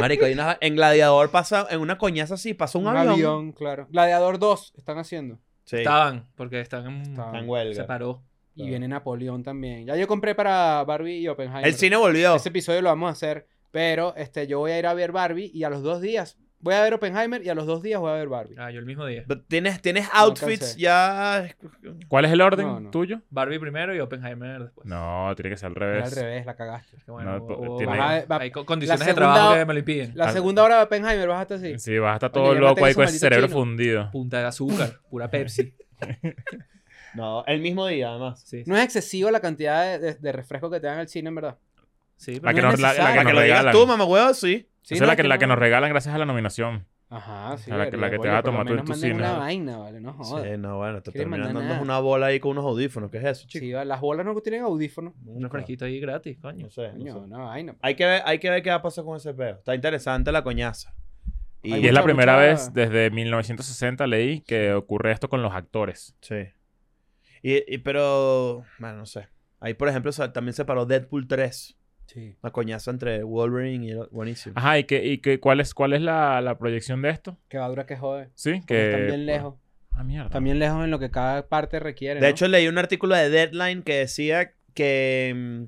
D: Marico, hay una- en Gladiador pasa, en una coñaza así, pasa un, avión.
C: claro. Gladiador 2 están haciendo.
D: Sí.
A: Estaban, porque están en,
C: Estaban.
D: Está en huelga.
A: se paró.
C: Y viene Napoleón también. Ya yo compré para Barbie y Oppenheimer.
D: El cine volvió.
C: Ese episodio lo vamos a hacer. Pero este, yo voy a ir a ver Barbie y a los dos días voy a ver Oppenheimer y a los dos días voy a ver Barbie.
A: Ah, yo el mismo día.
D: Pero Tienes, tienes
C: No
D: outfits
C: alcancé.
D: ya.
B: ¿Cuál es el orden
C: No, no.
B: tuyo?
A: Barbie primero y Oppenheimer después.
B: No, tiene que ser al
C: Era al
B: revés.
C: revés, la cagaste.
A: Que bueno,
B: No,
A: hubo-
B: po-
A: hubo-
B: tiene-
A: hay-
C: Ajá,
A: hay co-
C: la
A: condiciones de
C: segunda
A: trabajo
C: hora-
A: que me lo impiden.
C: La
B: Al-
C: segunda hora de Oppenheimer, bajaste así.
B: Sí, vas a estar
C: Coño,
B: todo
C: llámate
B: loco ahí
C: ese
B: con ese
C: maldito
B: cerebro
C: chino.
B: fundido.
A: Punta de azúcar, pura Pepsi.
D: No, el mismo día, además.
A: Sí,
C: No es excesivo la cantidad de, de- de refresco que te dan en el cine, en verdad.
A: sí, pero
B: La que,
C: no
A: no-
C: es
B: nos, la- la que
C: necesario.
D: Para
B: nos
D: que lo digas
B: regalan.
D: tú, mamá huevo, sí.
C: Sí,
B: Esa es
C: no,
B: la que, la que
C: no-
B: nos regalan gracias a la nominación.
C: Ajá, sí.
B: O sea, la que- la
C: debería,
B: que te
C: coño,
B: vas a
C: por lo
B: tomar tú en
C: menos
B: tu
C: manden
B: cine.
C: una vaina, vale, no jodas.
D: Sí, no, bueno, te
C: Quiere
D: terminan
C: mandar
D: dándonos
C: nada.
D: una bola ahí con unos audífonos. ¿Qué es eso,
C: Sí,
D: chicos?
C: va, las bolas no tienen audífonos.
A: Un refresquito ahí gratis, coño.
D: No sé. no
C: Coño,
D: sé.
C: una vaina.
D: Hay, que ver, hay que ver qué va a pasar con ese peo. Está interesante la coñaza. Y,
C: Hay
B: Y es la
C: mucha-
B: primera
C: mucha-
B: vez desde 1960, leí, que ocurre esto con los actores.
D: Sí. Y, y- pero, bueno, no sé. Ahí, por ejemplo, sa- también se paró Deadpool 3.
C: Sí.
D: La coñaza entre Wolverine y... el- Buenísimo.
B: Ajá, ¿y, qué, y qué, cuál es, cuál es la, la proyección de esto?
C: Que va dura que jode.
B: Sí,
C: Porque
B: que...
C: están bien lejos.
B: Ah, mierda.
C: También lejos en lo que cada parte requiere.
D: De
C: ¿no?
D: hecho, leí un artículo de Deadline que decía que, mm,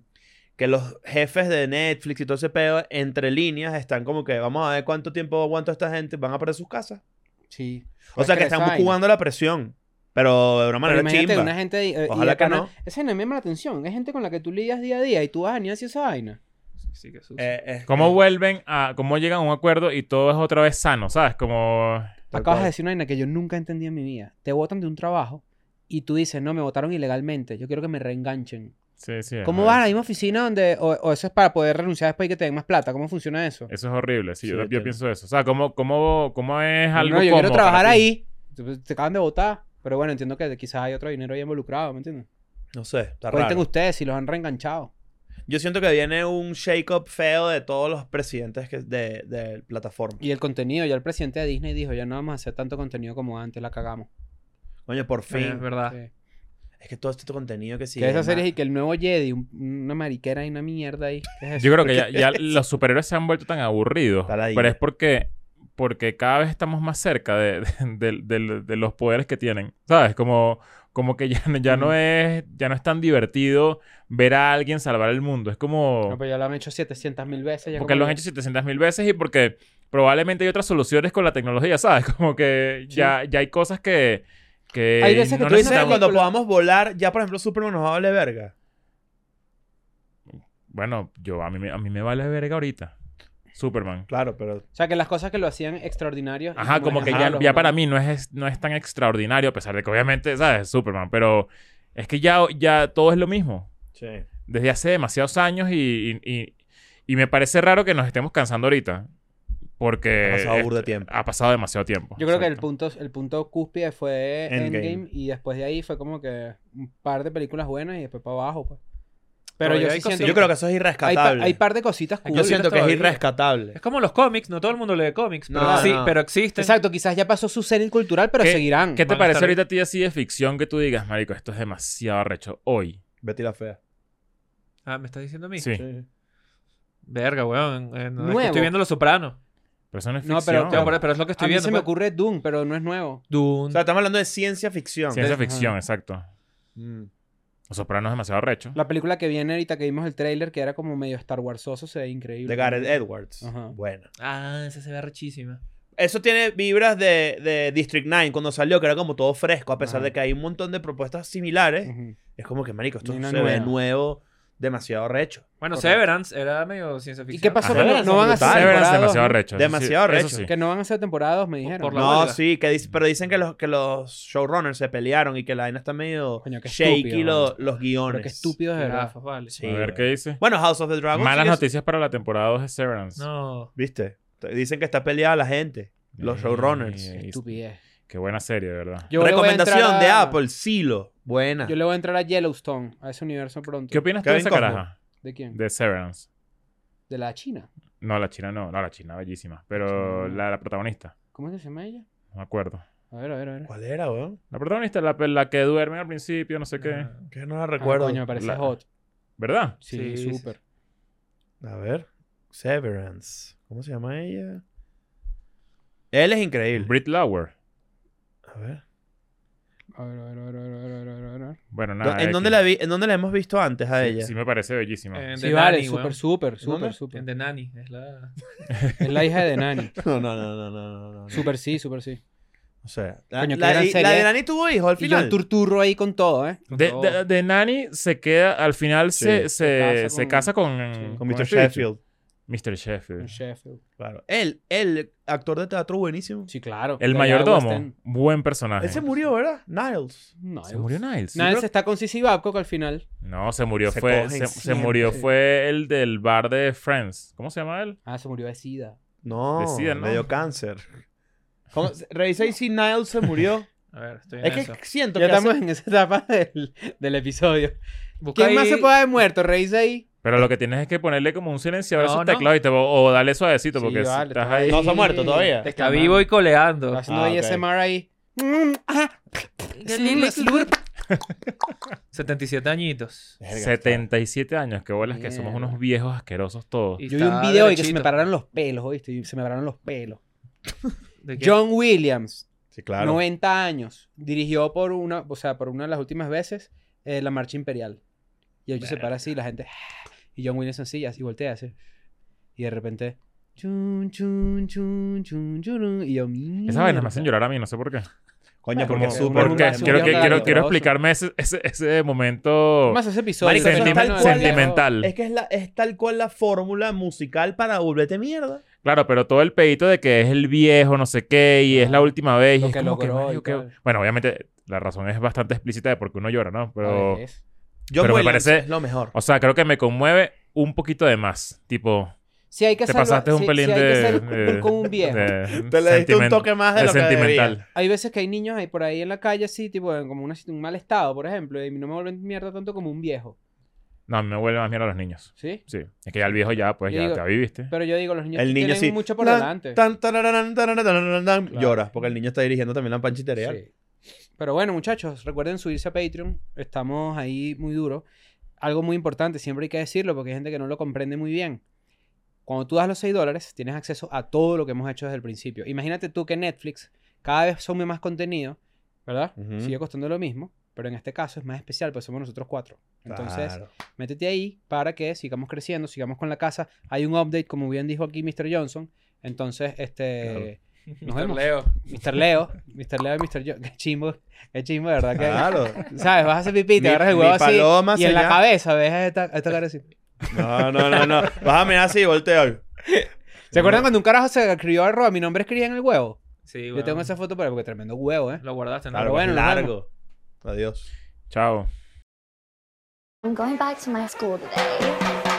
D: que los jefes de Netflix y todo ese pedo, entre líneas, están como que vamos a ver cuánto tiempo aguanta esta gente, van a perder sus casas.
C: sí.
D: O sea, que
C: esa
D: están
C: vaina.
D: jugando la presión, pero de una
C: Pero
D: manera
C: imagínate
D: chimba.
C: una gente. ahí, eh, y
D: Ojalá
C: de
D: que
C: pana-
D: no.
C: Esa vaina me llama la atención. Es gente con la que tú lidias día a día y tú vas a ni hacia esa vaina.
A: Sí, que sucio.
D: Eh, eh,
B: ¿Cómo vuelven a, cómo llegan a un acuerdo y todo es otra vez sano, sabes? Como...
D: Tal
C: Acabas
D: cual.
C: de decir una vaina que yo nunca entendí en mi vida. Te botan de un trabajo y tú dices, no, me votaron ilegalmente, yo quiero que me reenganchen.
B: Sí, sí. es
C: ¿Cómo
B: verdad.
C: vas a la misma oficina donde, o, o eso es para poder renunciar después y que te den más plata? ¿Cómo funciona eso?
B: Eso es horrible. Sí,
D: Sí,
B: yo, yo
D: entiendo.
B: pienso eso. O sea, ¿cómo, cómo, cómo es
C: No,
B: algo
C: no, yo quiero
B: cómodo para
C: trabajar
B: ti?
C: ahí. Te te acaban de votar. Pero bueno, entiendo que quizás hay otro dinero ahí involucrado, ¿me entiendes?
D: No sé, está
C: Cuenten
D: raro.
C: ustedes si los han reenganchado.
D: Yo siento que viene un shake-up feo de todos los presidentes que, de, de plataforma.
C: Y el contenido, ya el presidente de Disney dijo, ya no vamos a hacer tanto contenido como antes, la cagamos.
D: Coño, por
A: Sí,
D: fin.
A: es verdad.
C: Sí.
D: es que todo este contenido que sí.
C: que esa
D: es
C: serie
D: ma-
C: y que el nuevo Jedi, un- una mariquera y una mierda ahí. ¿Qué es eso?
B: Yo creo que ya, ya los superhéroes se han vuelto tan aburridos.
D: Está la
B: Pero
D: idea.
B: es porque, porque cada vez estamos más cerca de, de- de- de- de los poderes que tienen. ¿Sabes? Como, como que ya, no- ya no es ya no es tan divertido ver a alguien salvar el mundo.
C: No,
B: Es como...
C: pero ya lo han hecho 700 mil veces. ya
B: Porque
C: como
B: lo
C: que-
B: han hecho 700 mil veces y porque probablemente hay otras soluciones con la tecnología, ¿sabes? Como que
C: Sí.
B: ya, ya hay cosas que... que
C: Hay veces que
B: no
D: Tú dices que
B: necesitamos-
D: cuando
C: película-
D: podamos volar, ya por ejemplo Superman nos va a valer verga.
B: Bueno, yo, a mí, me- a mí me vale verga ahorita. Superman.
D: Claro, pero
C: O sea, que las cosas que lo hacían extraordinarios. y
B: Ajá, como que
C: dejaban
B: ya,
C: los
B: ya para
C: humanos.
B: mí no es, no es tan extraordinario, a pesar de que obviamente, ¿sabes? Superman, pero es que ya, ya todo es lo mismo.
D: sí.
B: Desde hace demasiados años y, y- y- y me parece raro que nos estemos cansando ahorita. Porque...
D: Ha pasado burda de
B: este,
D: tiempo.
B: Ha pasado demasiado tiempo.
C: Yo creo que el
B: Exacto.
C: punto, el punto cúspide fue
D: Endgame.
C: Endgame. y después de ahí fue como que un par de películas buenas y después para abajo, pues. Pero
A: Todavía
C: yo
A: hay
C: sí
A: cositas.
C: siento
D: Yo creo que eso es
C: hay, pa-
D: irrescatable.
C: hay par de ¿eh? cositas cool.
D: Yo siento que es
A: todavía.
D: irrescatable.
A: Es como los cómics, no todo el mundo lee cómics, pero,
D: No,
A: sí,
D: no.
A: pero existen.
C: Exacto, quizás ya pasó su serie cultural, pero
B: ¿Qué-
C: seguirán.
B: ¿Qué te
A: Van a
B: parece
A: estar-
B: ahorita a ti así de ficción que tú digas, marico, esto es demasiado recho hoy?
D: Betty la fea.
A: Ah, me estás diciendo a mí.
B: Sí.
D: Sí.
A: Verga, weón. eh, no, es que
C: Nuevo.
A: estoy viendo Los Sopranos.
B: Pero eso no es
C: No,
B: ficción.
C: pero-
A: Ya, pero, pero es lo que
C: a
A: estoy
C: mí
A: viendo.
C: se me
A: pues.
C: ocurre Doom, pero no es nuevo.
A: Dune.
D: O sea, estamos hablando de ciencia ficción.
B: Ciencia
A: Ajá.
B: ficción, exacto.
D: Mm.
B: Los Sopranos es demasiado recho.
C: La película que viene ahorita que vimos el tráiler, que era como medio Star Warsoso, se ve increíble.
D: De Gareth Edwards.
C: Ajá.
D: Bueno.
A: Ah, esa se ve rechísima.
D: Eso tiene vibras de, de District 9 cuando salió, que era como todo fresco, a pesar
C: Ajá.
D: de que hay un montón de propuestas similares.
C: Ujú.
D: Es como que, marico, esto
C: Ni
D: se
C: una
D: ve
C: nueva.
D: nuevo, demasiado recho.
A: Bueno,
C: Correcto.
A: Severance era medio ciencia ficción.
C: ¿Y qué pasó?
B: Ajá.
C: Que no, no van a hacer
D: Brutal.
C: temporada
B: Severance es demasiado
C: dos, ¿no?
B: recho. eso sí,
D: Demasiado
B: eso
D: recho.
B: sí.
C: Que no van a ser temporadas dos, me dijeron.
A: por la
D: No,
A: huelga.
D: sí, que dice- pero dicen que los, que los showrunners se pelearon y que la vaina está medio
C: Coño, qué
D: shaky
C: estúpido,
D: lo-
C: mano.
D: los
C: Pero
D: guiones.
C: qué estúpido es
A: Qué
C: verdad.
A: Ah, gafas, vale.
D: Sí,
B: a ver
D: güey.
B: qué dice.
D: Bueno, House of the Dragon.
B: Malas
D: sigue-
B: noticias para la temporada 2 de Severance.
A: No.
D: ¿Viste? Te- Dicen que está peleada la gente, los
B: Ey,
D: showrunners.
B: ey,
C: Estupidez.
B: Qué buena serie, de verdad.
C: Yo le voy a
D: Recomendación
C: entrar
D: de
C: a-
D: Apple, Silo. Buena.
C: Yo le voy a entrar a Yellowstone, a ese universo pronto.
B: ¿Qué opinas tú de
D: Kevin
B: esa
D: Costner.
B: caraja?
C: ¿De quién?
B: De Severance.
C: De la China.
B: No, la china no. No, la china, bellísima. Pero
C: China.
B: la, la protagonista.
C: ¿Cómo es que se llama ella?
B: No me acuerdo.
C: A ver, a ver, Ah, a ver.
D: ¿Cuál era, weón?
B: La protagonista, la, la que duerme al principio, no sé qué.
A: Ah,
D: Que no la
C: Ah,
D: recuerdo.
C: coño, me parece
B: La-
C: hot.
B: ¿Verdad?
C: Sí,
A: Sí, sí,
C: súper.
D: A ver. Severance. ¿Cómo se llama ella? Él es increíble.
B: Britt Lauer.
D: A ver.
C: A ver, a ver, a ver, a ver, a ver, a ver, a ver, a ver.
B: Bueno,
D: Do-
B: nada.
D: ¿En,
B: X.
D: dónde la vi- ¿En dónde la hemos visto antes a
B: Sí,
D: ella? Eh,
B: Sí, me parece bellísima.
A: En
C: Sí,
A: The
C: vale,
A: Nanny,
C: súper,
A: weón.
C: súper,
D: dónde?
C: súper,
A: En
C: súper.
A: The Nanny. Es la...
C: Es la hija de Nani.
D: No, no, no, no, no, no, no, no.
C: Súper sí, súper sí.
D: O sea, la,
C: Coño, qué
D: la-
C: gran
D: y- la
C: serie.
D: de Nani tuvo hijo al
C: Y yo
D: final.
C: el turturro ahí con todo, ¿eh?
A: con
B: De,
A: todo.
B: de- de Nanny se queda, al final se, se,
C: se
B: se
C: casa
B: casa con,
C: sí,
D: Con
B: este bicho.
D: Mr. Sheffield.
B: Mr.
C: Con
B: Sheffield.
C: Sheffield.
D: Claro. Él, él, actor de teatro buenísimo.
C: Sí, claro.
B: El
C: De Iowa
B: mayordomo,
C: West
B: buen personaje.
D: Él se muriend, ¿verdad? Niles.
C: End. No,
B: ¿Se murió Niles?
C: Nadie
D: creo-
C: se está con Sissy Babcock al final.
B: No, se murió
D: Se
B: fue
D: cogen
B: se, se
D: siempre.
B: murió fue el del bar de Friends. ¿Cómo se llama él?
C: Ah, se murió de SIDA.
D: No,
B: De SIDA, ¿no?
D: le dio cáncer. ¿Cómo? Revisé y si Niles se murió.
A: A ver, estoy en
D: es que
A: eso.
D: siento
C: Ya
D: que hace-
C: estamos en esa etapa del, del episodio.
A: Busca
C: ¿Quién más
A: ahí-
C: se puede haber muerto? Reís ahí.
B: Pero lo que tienes es que ponerle como un silenciador a
A: No,
B: esos
A: no.
B: teclados y te- o, o darle suavecito
C: Sí,
B: porque si
C: vale,
B: estás
C: está
B: ahí.
C: bien.
D: No se ha muerto todavía.
A: Está vivo y coleando.
C: Está haciendo
D: Ah, ok.
C: ASMR ahí. Mm, ajá.
A: 77 añitos.
D: Verga, está-
B: 77 años, qué bolas que somos
C: Mierda.
B: unos viejos asquerosos todos.
A: Y
C: Yo vi un
A: está
C: video y que se me
A: derechito.
C: pararon los pelos, ¿oíste? Y Se me pararon los pelos.
A: ¿De qué?
C: John Williams,
D: Sí, claro.
C: 90 años, dirigió por una, o sea, por una de las últimas veces eh, la marcha imperial. Y ellos se para así, la gente. Y John Williams así, y así voltea así. Y de repente. Chun, chun, chun, chun, churun, y yo,
B: Esas
C: mierda.
B: vainas me hacen llorar a mí, no sé por qué.
D: Coño,
B: Como-
D: porque
C: es
D: súper.
C: una
B: porque
C: es un
B: quiero,
C: viejo
B: que- quiero, quiero
C: asqueroso.
B: explicarme ese, ese, ese momento
C: Más ese episodio.
D: Marico,
C: pero
D: eso
B: sentim-
D: es tal
C: bueno,
D: cual-
B: sentimental.
D: Es que es, la, es tal cual la fórmula musical para volverte mierda.
B: Claro, pero todo el pedito de que es el viejo, no sé qué, y es la última vez. y
C: Lo
B: es
C: que
B: como que,
C: logró y
B: marico, qué-
C: tal.
B: Bueno, obviamente, La razón es bastante explícita de por qué uno llora, ¿no?
C: A
B: Pero,
C: ver, es-
D: John
B: Pero me
D: Williams
B: parece-
D: es lo mejor.
B: o sea, creo que me conmueve un poquito de más. Tipo,
C: Si hay que
B: te
C: salva-
B: pasaste un
C: si-
B: pelín
C: si hay que
B: de...
C: ser
B: de-
C: cool con un viejo.
B: de
D: Te le diste un
B: sentimen-
D: toque más de lo que
B: sentimental.
C: Hay veces que hay niños ahí por ahí en la calle así, tipo, en como una, un mal estado, por ejemplo, y no me vuelven mierda tanto como un viejo,
B: No, a mí me vuelve más mierda a los niños.
C: ¿sí?
B: Sí. Es que ya el viejo ya, pues,
C: Yo
B: ya
C: digo-
B: te viviste.
C: Pero yo digo, los niños
D: El niño
C: tienen
D: sí.
C: mucho por
D: Tan,
C: delante.
D: tan, tararán, tararán, tararán, tan,
C: Claro.
D: Llora, porque el niño está dirigiendo también la panchitería.
C: Sí. Pero bueno, muchachos, recuerden subirse a Patreon. Estamos ahí muy duro. Algo muy importante, siempre hay que decirlo porque hay gente que no lo comprende muy bien. Cuando tú das los 6 dólares, tienes acceso a todo lo que hemos hecho desde el principio. Imagínate tú que Netflix cada vez sume más contenido, ¿verdad?
D: Ujú.
C: Sigue costando lo mismo, pero en este caso es más especial, pues somos nosotros cuatro. Entonces,
D: Claro.
C: métete ahí para que sigamos creciendo, sigamos con la casa. Hay un update, como bien dijo aquí Mr. Johnson. Entonces, este...
D: Claro.
C: Nos vemos.
A: Leo.
C: Mr. Leo, Mr. Leo y Mr. John. Qué chimbo, qué chimbo, de ¿verdad? Que,
D: Claro.
C: ¿Sabes? Vas a hacer pipí, te
D: Mi-
C: agarras el
D: mi
C: huevo así.
D: paloma
C: y en la
D: señal-
C: cabeza ves a esta, a esta cara así.
D: No, no, no, no. Vas a mirar así y volteo.
C: ¿Se acuerdan cuando un carajo se escribió arroba? Mi nombre escribía en el huevo.
A: Sí,
C: Yo tengo esa foto por ahí porque tremendo huevo, ¿eh?
A: Lo guardaste, ¿no?
D: Claro,
C: bueno,
D: bueno,
C: nos vemos.
D: largo. Adiós.
B: Chao.
F: I'm going back to my school today.